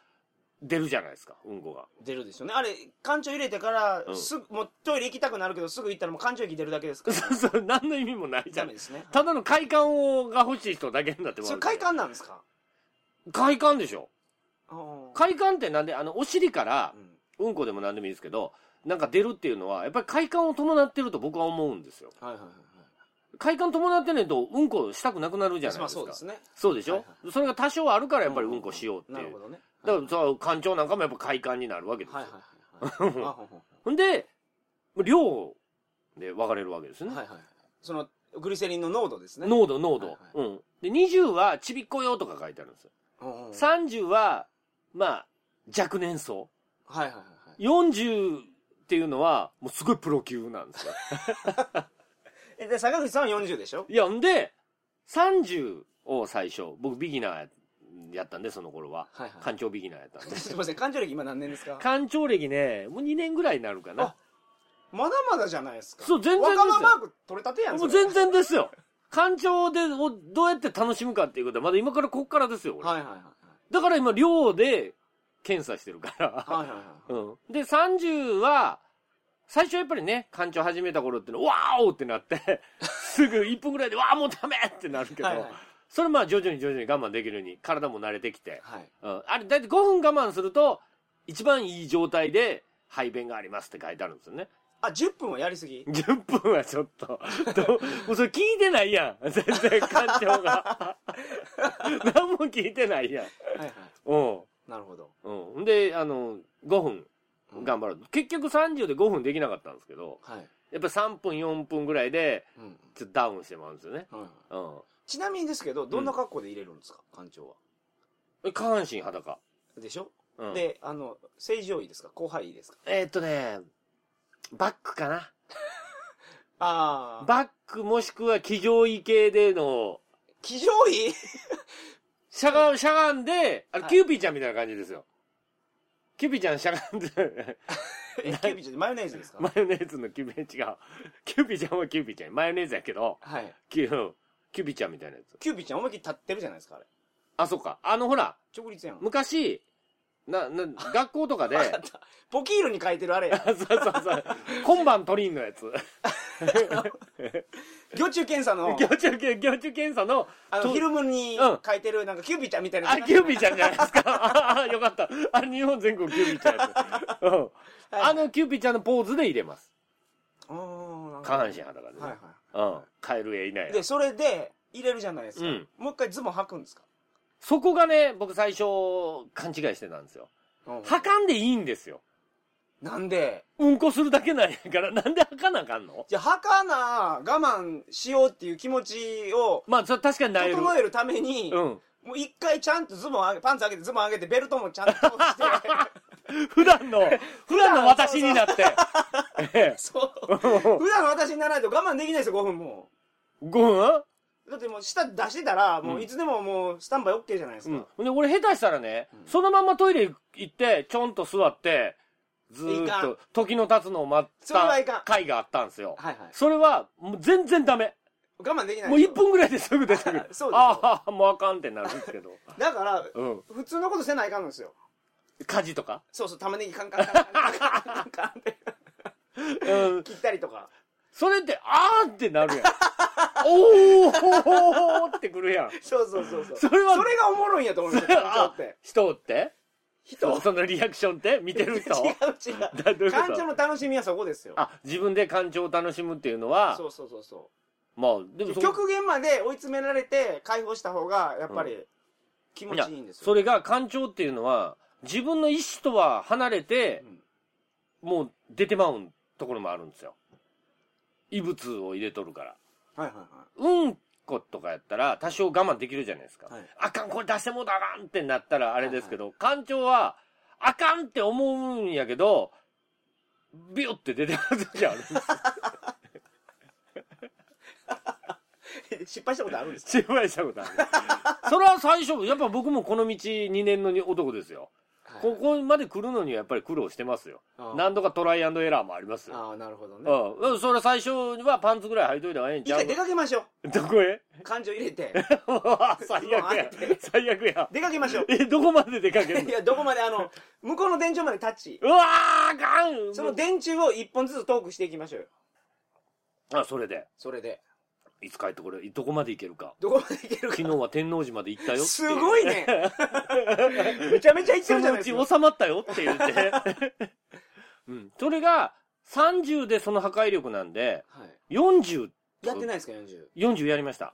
[SPEAKER 2] 出るじゃないですか、うんこが。
[SPEAKER 1] い出るでしょうねあれ館長入れてから
[SPEAKER 2] うん
[SPEAKER 1] すぐもうトイレ行きたくなるけどすぐ行ったらもう館長駅出るだけですから
[SPEAKER 2] そうそう、何の意味もないじゃ
[SPEAKER 1] ダ
[SPEAKER 2] ん
[SPEAKER 1] メ。です ね
[SPEAKER 2] ただの快感をが欲しい人だけになっても
[SPEAKER 1] そ
[SPEAKER 2] ら
[SPEAKER 1] れ
[SPEAKER 2] う。
[SPEAKER 1] 快感なんですか
[SPEAKER 2] 快感でしょ。
[SPEAKER 1] あー
[SPEAKER 2] 快感ってなんで、あの、お尻から
[SPEAKER 1] う、ん
[SPEAKER 2] うんこでも何でもいいですけど、なんか出るっていうのは、やっぱり快感を伴ってると僕は思うんですよ。
[SPEAKER 1] はいはいはいは
[SPEAKER 2] 快感伴ってないと、うんこしたくなくなるじゃないい
[SPEAKER 1] ま
[SPEAKER 2] で
[SPEAKER 1] あ
[SPEAKER 2] すか。
[SPEAKER 1] そうですね
[SPEAKER 2] そうでしょ、
[SPEAKER 1] はい
[SPEAKER 2] それが多少あるからやっぱりうんこしようって
[SPEAKER 1] ないる
[SPEAKER 2] う。
[SPEAKER 1] ほどね
[SPEAKER 2] だからその感情なんかもやっぱ快感になるわけですよ。
[SPEAKER 1] はいはいはいはいあほんほん
[SPEAKER 2] ほんで、量で分かれるわけですね。
[SPEAKER 1] はいはいそのグリセリンの濃度ですね
[SPEAKER 2] 濃度、濃度、
[SPEAKER 1] はい
[SPEAKER 2] うん。で、20はちびっこ用とか書いてあるんですよ。
[SPEAKER 1] うんうんはい
[SPEAKER 2] 30は、まあ、若年層。
[SPEAKER 1] はいはいはい
[SPEAKER 2] 40っていうのは、もうすごいプロ級な んですよ。
[SPEAKER 1] えで坂口さんは40でしょ
[SPEAKER 2] いや、んで、30を最初、僕ビギナーやったんで、その頃は。
[SPEAKER 1] はいはい。
[SPEAKER 2] 館長ビギナーやったんで
[SPEAKER 1] すいません館長歴今何年ですか
[SPEAKER 2] 館長歴ね、もう2年ぐらいになるかな。
[SPEAKER 1] まだまだじゃないですか
[SPEAKER 2] そう全然です
[SPEAKER 1] 若
[SPEAKER 2] よ
[SPEAKER 1] 葉マーク取れたてやん
[SPEAKER 2] もう
[SPEAKER 1] それ
[SPEAKER 2] 全然ですよ。感情でをどうやって楽しむかっていうことは、まだ今からこっからですよ、俺
[SPEAKER 1] はいはいはい
[SPEAKER 2] だから今、量で検査してるから。
[SPEAKER 1] はいはいはいはい
[SPEAKER 2] うん。で、30は、最初やっぱりね、感情始めた頃ってのは、わーおってなって、 すぐ1分ぐらいで、わーもうダメってなるけど、
[SPEAKER 1] はいはい
[SPEAKER 2] それまあ徐々に徐々に我慢できるように、体も慣れてきて、
[SPEAKER 1] はい
[SPEAKER 2] うん。あれ、だいたい5分我慢すると、一番いい状態で、排便がありますって書いてあるんですよね。
[SPEAKER 1] あ10分はやりすぎ
[SPEAKER 2] 10分はちょっと。どもうそれ聞いてないやん。全然館 長が。何も聞いてないやん。
[SPEAKER 1] はいはい
[SPEAKER 2] うん。
[SPEAKER 1] なるほど
[SPEAKER 2] うん。んで、あの、5分
[SPEAKER 1] うん
[SPEAKER 2] 頑張る。結局30で5分できなかったんですけど、
[SPEAKER 1] はい
[SPEAKER 2] やっぱ3分、4分ぐらいで、
[SPEAKER 1] うん
[SPEAKER 2] ちょっとダウンしてまうんですよね。
[SPEAKER 1] はい
[SPEAKER 2] うん。
[SPEAKER 1] ちなみにですけどどんな格好で入れるんですか館長は
[SPEAKER 2] え下半身裸。
[SPEAKER 1] でしょ
[SPEAKER 2] うん。
[SPEAKER 1] であの政治上いいですか後輩いいですか
[SPEAKER 2] えーっとね、バックかな。
[SPEAKER 1] ああ
[SPEAKER 2] バックもしくは騎乗位系での、
[SPEAKER 1] 騎乗位
[SPEAKER 2] しゃがん、しゃがんで、あれ、
[SPEAKER 1] はい
[SPEAKER 2] キューピーちゃんみたいな感じですよ。キューピーちゃんしゃがん で、
[SPEAKER 1] えキュービーじゃないマヨネーズですか
[SPEAKER 2] マヨネーズのキューピー違う。キューピーちゃんはキューピーちゃん。マヨネーズやけど、
[SPEAKER 1] はい
[SPEAKER 2] キュー、キューピーちゃんみたいなやつ。
[SPEAKER 1] キュービーちゃん思いっきり立ってるじゃないですかあれ
[SPEAKER 2] あ、そっか。あの、ほら、
[SPEAKER 1] 直立やん
[SPEAKER 2] 昔、な、な、学校とか で、
[SPEAKER 1] わかったポキールに書いてるあれや
[SPEAKER 2] あ そうそうそう。今晩トリンのやつ。
[SPEAKER 1] 魚中検査 の
[SPEAKER 2] 行中、行中検査の、
[SPEAKER 1] あの
[SPEAKER 2] と
[SPEAKER 1] フィルムに
[SPEAKER 2] うん
[SPEAKER 1] 書いてるなんかキュービーちゃんみたいな
[SPEAKER 2] あ、キューピーちゃんじゃないですか。 ああ、よかった。あれ、日本全国キューピーちゃんやつ。うん。
[SPEAKER 1] はい
[SPEAKER 2] あのキューピーちゃんのポーズで入れます。
[SPEAKER 1] あーなるほど
[SPEAKER 2] 下半身裸でね。
[SPEAKER 1] はいは
[SPEAKER 2] うん。カエルへいない
[SPEAKER 1] い。で、それで、入れるじゃないですか。
[SPEAKER 2] うん
[SPEAKER 1] もう一回ズボン履くんですか
[SPEAKER 2] そこがね、僕最初、勘違いしてたんですよ。
[SPEAKER 1] は
[SPEAKER 2] 吐かんでいいんですよ。
[SPEAKER 1] なんで、
[SPEAKER 2] うんこするだけなんやから、なんで吐かなあかんの
[SPEAKER 1] じゃあ履かな、我慢しようっていう気持ちを、
[SPEAKER 2] まあ、それ確かになえる。
[SPEAKER 1] 整えるために、
[SPEAKER 2] うん。
[SPEAKER 1] もう一回ちゃんとズボン上げ、パンツ上げてズボン上げて、ベルトもちゃんと して、
[SPEAKER 2] 普 段の、普段の私になって。ええ
[SPEAKER 1] そう。普段私にならないと我慢できないですよ、5分も。
[SPEAKER 2] 5分
[SPEAKER 1] だってもう舌出してたら、もううんいつでももうスタンバイ OK じゃないです
[SPEAKER 2] う
[SPEAKER 1] か。
[SPEAKER 2] ん。で、俺下手したらね、
[SPEAKER 1] うん
[SPEAKER 2] そのままトイレ行って、ちょんと座って、ず
[SPEAKER 1] い
[SPEAKER 2] ー
[SPEAKER 1] か
[SPEAKER 2] っ
[SPEAKER 1] ん
[SPEAKER 2] と、時の経つのを待っ
[SPEAKER 1] それはいか
[SPEAKER 2] た
[SPEAKER 1] ん
[SPEAKER 2] 回があったんですよ。
[SPEAKER 1] はいはい。
[SPEAKER 2] それは、もう全然ダメ。
[SPEAKER 1] 我慢できない
[SPEAKER 2] もう1分ぐらいですぐ出てくる
[SPEAKER 1] そうです
[SPEAKER 2] ああもうあかんってなるんです けど
[SPEAKER 1] だから
[SPEAKER 2] うん
[SPEAKER 1] 普通のことせないかんのですよ
[SPEAKER 2] 家事 とか、
[SPEAKER 1] そうそう玉ねぎカンカンカンカンカンカンカンって
[SPEAKER 2] うん、
[SPEAKER 1] 切ったりとか
[SPEAKER 2] それってあーってなるやん おーってくるやん
[SPEAKER 1] そうそうそうそう
[SPEAKER 2] それは
[SPEAKER 1] それがおもろいんやと思うんですよ感情って
[SPEAKER 2] 人って
[SPEAKER 1] 人
[SPEAKER 2] そそのリアクションって見てる人
[SPEAKER 1] 違
[SPEAKER 2] だ ど
[SPEAKER 1] う違
[SPEAKER 2] ういう
[SPEAKER 1] う
[SPEAKER 2] こと
[SPEAKER 1] 感情の楽しみはそこですよ
[SPEAKER 2] あ自分で感情を楽しむっていうのは
[SPEAKER 1] そうそうそうそ
[SPEAKER 2] まあでも
[SPEAKER 1] う
[SPEAKER 2] そ
[SPEAKER 1] 極限まで追い詰められて解放した方がやっぱり気持
[SPEAKER 2] いや
[SPEAKER 1] ちいいんですよ
[SPEAKER 2] それが感情っていうのは自分の意思とは離れて
[SPEAKER 1] う、ん
[SPEAKER 2] もう出てまうんところもあるんですよ異物を入れとるから
[SPEAKER 1] はいはいは
[SPEAKER 2] うんことかやったら多少我慢できるじゃないですか、
[SPEAKER 1] はい
[SPEAKER 2] あかんこれ出してもうたらあかんってなったらあれですけど、感情はあかんって思うんやけどビュって出てますじゃんあれ
[SPEAKER 1] い 失敗したことあるんですか
[SPEAKER 2] 失敗し たことあるそれは最初やっぱ僕もこの道2年の男ですよ、ここまで来るのにはやっぱり苦労してますよ
[SPEAKER 1] ああ
[SPEAKER 2] 何度かトライアンドエラーもありますよ
[SPEAKER 1] ああなるほどね
[SPEAKER 2] うん、それ最初はパンツぐらい履いといた方がええんち
[SPEAKER 1] 一
[SPEAKER 2] ゃ
[SPEAKER 1] 回出かけましょ
[SPEAKER 2] うどこへ
[SPEAKER 1] う感情入れて
[SPEAKER 2] 最悪や最悪や
[SPEAKER 1] 出かけましょう
[SPEAKER 2] えどこまで出かける
[SPEAKER 1] い
[SPEAKER 2] の
[SPEAKER 1] やどこまであの向こうの電柱までタッチ
[SPEAKER 2] うわーあかん
[SPEAKER 1] その電柱を一本ずつトークしていきましょうよ
[SPEAKER 2] あそれで
[SPEAKER 1] それで
[SPEAKER 2] いつ帰ってこれどこまで行けるか
[SPEAKER 1] どこまでいけるか
[SPEAKER 2] 昨日は天王寺まで行ったよっていう
[SPEAKER 1] すごい ねめちゃめちゃいって
[SPEAKER 2] そ
[SPEAKER 1] るじゃ
[SPEAKER 2] の
[SPEAKER 1] な
[SPEAKER 2] う
[SPEAKER 1] いで
[SPEAKER 2] ち
[SPEAKER 1] すか
[SPEAKER 2] 収まったよって言って、 うん、それが30でその破壊力なんで
[SPEAKER 1] はい
[SPEAKER 2] 40
[SPEAKER 1] やってないですか40、
[SPEAKER 2] 40やりました、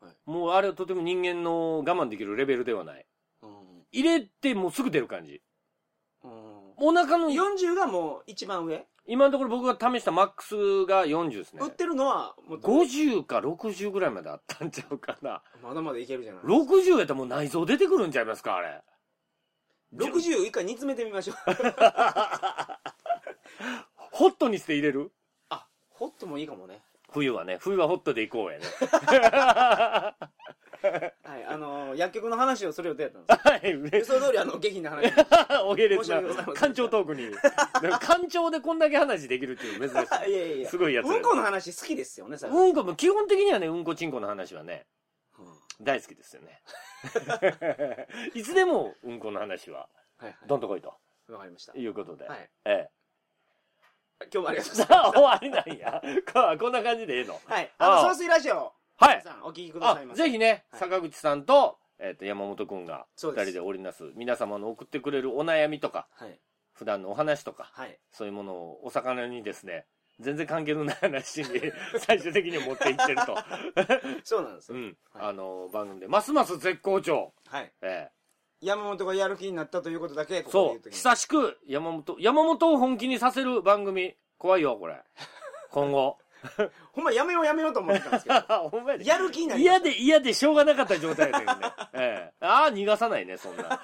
[SPEAKER 1] はい
[SPEAKER 2] もうあれはとても人間の我慢できるレベルではない
[SPEAKER 1] うん
[SPEAKER 2] 入れてもうすぐ出る感じ
[SPEAKER 1] うん
[SPEAKER 2] お腹の
[SPEAKER 1] 40がもう一番上、
[SPEAKER 2] 今のところ僕が試したマックスが40ですね
[SPEAKER 1] 売ってるのはもう
[SPEAKER 2] 50か60ぐらいまであったんちゃうかな
[SPEAKER 1] まだまだいけるじゃない
[SPEAKER 2] 60やったらもう内臓出てくるんちゃいますかあれ
[SPEAKER 1] 60以下煮詰めてみま しょう
[SPEAKER 2] ホットにして入れる
[SPEAKER 1] あホットもいいかもね
[SPEAKER 2] 冬はね冬はホットでいこうやね
[SPEAKER 1] はいあのー薬局の話をする予定だったんで
[SPEAKER 2] はいめ
[SPEAKER 1] すよ予想通りあの下品な 話
[SPEAKER 2] おげれつ
[SPEAKER 1] 申
[SPEAKER 2] な
[SPEAKER 1] し訳ございません
[SPEAKER 2] 官庁トーク に官庁でこんだけ話できるっていう珍しい
[SPEAKER 1] いやいやいや
[SPEAKER 2] すごいやつ
[SPEAKER 1] うんこの話好きですよね最後
[SPEAKER 2] うんこも基本的にはねうんこちんこの話はね
[SPEAKER 1] うん
[SPEAKER 2] 大好きです よねいつでもうんこの話は
[SPEAKER 1] はいはい
[SPEAKER 2] どんとこいと
[SPEAKER 1] わかりました。
[SPEAKER 2] いうことで、
[SPEAKER 1] はい。
[SPEAKER 2] ええ
[SPEAKER 1] 今 日もありがとうござい
[SPEAKER 2] さあ終わりなんやここんな感じでええの
[SPEAKER 1] ます。はい。
[SPEAKER 2] あ
[SPEAKER 1] あ
[SPEAKER 2] あ
[SPEAKER 1] の、総水ラジオ、
[SPEAKER 2] はい
[SPEAKER 1] 皆さんお聞きくだ
[SPEAKER 2] あ
[SPEAKER 1] さいませ。
[SPEAKER 2] ぜひね、
[SPEAKER 1] はい
[SPEAKER 2] 坂口さんと,、えっと山本君が
[SPEAKER 1] そ
[SPEAKER 2] 2
[SPEAKER 1] うです
[SPEAKER 2] 人で織りなす皆様の送ってくれるお悩みとか
[SPEAKER 1] はい。
[SPEAKER 2] 普段のお話とか
[SPEAKER 1] はい。
[SPEAKER 2] そういうものをお魚にですね全然関係のない話 に最終的に持っていってると、
[SPEAKER 1] そうなんです
[SPEAKER 2] う
[SPEAKER 1] よ。
[SPEAKER 2] ん
[SPEAKER 1] はい
[SPEAKER 2] あの番組でますます絶好調、
[SPEAKER 1] はい。
[SPEAKER 2] え
[SPEAKER 1] 山本がやる気になったということだけ、
[SPEAKER 2] え
[SPEAKER 1] ここで
[SPEAKER 2] そ
[SPEAKER 1] 言っ
[SPEAKER 2] う
[SPEAKER 1] ときます
[SPEAKER 2] 久しく山本山本を本気にさせる番組怖いよ これ今後
[SPEAKER 1] ほんまやめようやめようと思ってたんですけ
[SPEAKER 2] ほんまや
[SPEAKER 1] ど、
[SPEAKER 2] で
[SPEAKER 1] やる気になりま
[SPEAKER 2] 嫌で嫌でしょうがなかった状態だ けどね、ええ、ああ逃がさないねそんな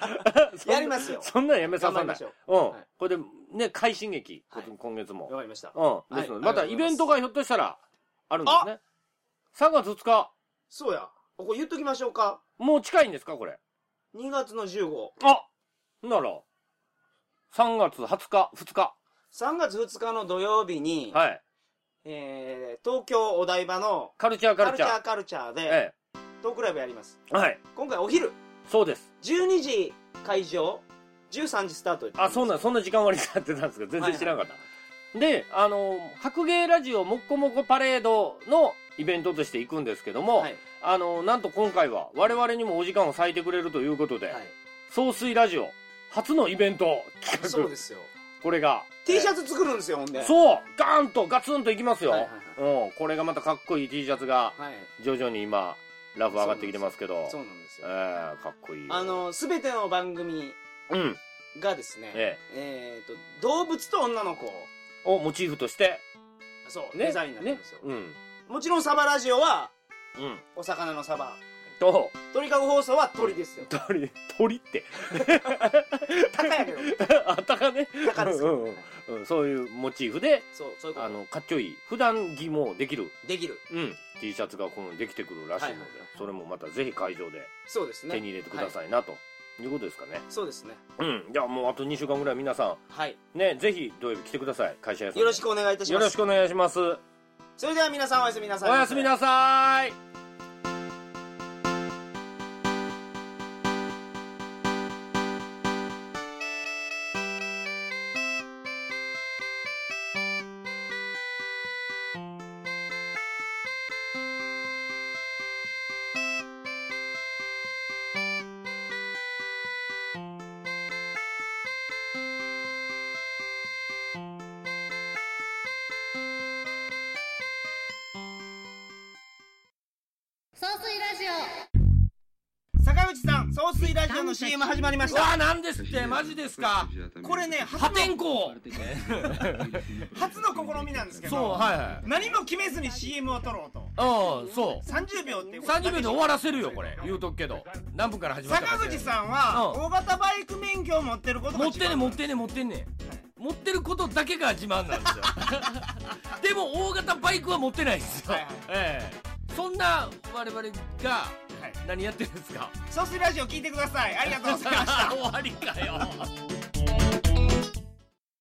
[SPEAKER 1] す。やりますよ。
[SPEAKER 2] そんなんやめさ
[SPEAKER 1] 頑張り
[SPEAKER 2] さな
[SPEAKER 1] ま
[SPEAKER 2] い
[SPEAKER 1] しょう。
[SPEAKER 2] うん、
[SPEAKER 1] はい
[SPEAKER 2] これでね快進撃、
[SPEAKER 1] はい
[SPEAKER 2] 今月も
[SPEAKER 1] わかりました。
[SPEAKER 2] うんですので、
[SPEAKER 1] はい
[SPEAKER 2] また
[SPEAKER 1] ありがとうござ
[SPEAKER 2] イ
[SPEAKER 1] います
[SPEAKER 2] ベントがひょっとしたらあるんですね3月2日
[SPEAKER 1] そうや。ここ言っときましょうか。
[SPEAKER 2] もう近いんですかこれ
[SPEAKER 1] 2月の15、
[SPEAKER 2] あなら3月20日2日
[SPEAKER 1] 3月2日の土曜日に、
[SPEAKER 2] はい
[SPEAKER 1] えー、東京お台場の
[SPEAKER 2] カルチャー
[SPEAKER 1] カ
[SPEAKER 2] カル
[SPEAKER 1] ル
[SPEAKER 2] チ
[SPEAKER 1] チ
[SPEAKER 2] ャー
[SPEAKER 1] ャーカルチャーで、
[SPEAKER 2] え
[SPEAKER 1] トークライブやります。
[SPEAKER 2] えはい
[SPEAKER 1] 今回お昼、
[SPEAKER 2] そうです
[SPEAKER 1] 12時会場、13時スタート
[SPEAKER 2] あそうなんそんな時間割りになってたんですけど全然知らなかった、であの白芸ラジオもっこもこパレードのイベントとして行くんですけども、
[SPEAKER 1] はい。
[SPEAKER 2] あのなんと今回は我々にもお時間を割いてくれるということで、
[SPEAKER 1] はい
[SPEAKER 2] 総水ラジオ初のイベント企画
[SPEAKER 1] そうですよ。
[SPEAKER 2] これが
[SPEAKER 1] T シャツ作るんですよ、ほんで。う。
[SPEAKER 2] そうガーンとガツンといきますよ、
[SPEAKER 1] はいはい
[SPEAKER 2] うん、これがまたかっこいい T シャツが
[SPEAKER 1] はい。
[SPEAKER 2] 徐々に今ラブ上がってきてますけど
[SPEAKER 1] そうなんです
[SPEAKER 2] え
[SPEAKER 1] よ。
[SPEAKER 2] ー、かっこいいよ
[SPEAKER 1] あの、すべての番組
[SPEAKER 2] うん
[SPEAKER 1] がですね、
[SPEAKER 2] え
[SPEAKER 1] えっ、と、動物と女の子を、
[SPEAKER 2] をモチーフとして
[SPEAKER 1] そう、
[SPEAKER 2] ね
[SPEAKER 1] デザインになってるんですよ、
[SPEAKER 2] ね
[SPEAKER 1] もちろんサバラジオは、
[SPEAKER 2] うんうん
[SPEAKER 1] お魚のサバ。
[SPEAKER 2] と
[SPEAKER 1] 鳥かご放送は鳥です よ。
[SPEAKER 2] 鳥鳥って
[SPEAKER 1] 高やけど、
[SPEAKER 2] あたかね、
[SPEAKER 1] 高ですけど、
[SPEAKER 2] うんうんうん、そういうモチーフで
[SPEAKER 1] そう、そういうこ
[SPEAKER 2] あ
[SPEAKER 1] と
[SPEAKER 2] のかっちょいい普段着もできる、
[SPEAKER 1] できる。
[SPEAKER 2] うん、T シャツがこのできてくるらしい
[SPEAKER 1] は
[SPEAKER 2] ので、
[SPEAKER 1] いはいはい
[SPEAKER 2] それもまたぜひ会場で
[SPEAKER 1] そうですね。
[SPEAKER 2] 手に入れてくだ
[SPEAKER 1] は
[SPEAKER 2] さいなと、いうことですかね
[SPEAKER 1] い。そうですね。
[SPEAKER 2] うんじゃあもうあと2週間ぐらい皆さん
[SPEAKER 1] はい。
[SPEAKER 2] ね、ぜひ土曜日来てください。会社休み
[SPEAKER 1] よろしくお願いいたし
[SPEAKER 2] よ
[SPEAKER 1] ま
[SPEAKER 2] ろ
[SPEAKER 1] す
[SPEAKER 2] し。くお願いします。
[SPEAKER 1] それでは皆さんおやすみなさい
[SPEAKER 2] おやすみなさーい
[SPEAKER 3] 総水ラジオ
[SPEAKER 1] 坂口さん総水ラジオの CM 始まりまし
[SPEAKER 2] うわ
[SPEAKER 1] た
[SPEAKER 2] なんですってマジですか
[SPEAKER 1] これね初
[SPEAKER 2] 破
[SPEAKER 1] の
[SPEAKER 2] 天荒
[SPEAKER 1] 初の試みなんですけど
[SPEAKER 2] そうはい
[SPEAKER 1] 何も決めずに CM を撮ろうと
[SPEAKER 2] はいうんそう
[SPEAKER 1] 30秒っていうことだけ
[SPEAKER 2] 30秒で終わらせるよこれ言うとくけど何分から始まったか
[SPEAKER 1] 坂口さんは
[SPEAKER 2] うん
[SPEAKER 1] 大型バイク免許を持ってることが
[SPEAKER 2] 持ってんねん持って
[SPEAKER 1] ね
[SPEAKER 2] んねん持ってんねん持ってることだけが自慢な んですよでも大型バイクは持ってないんですよ、
[SPEAKER 1] はいはい
[SPEAKER 2] ええそんな我々が
[SPEAKER 1] はい
[SPEAKER 2] 何やってるんですか
[SPEAKER 1] 総水ラジオ聞いてくださいありがとうございました
[SPEAKER 2] 終わりかよ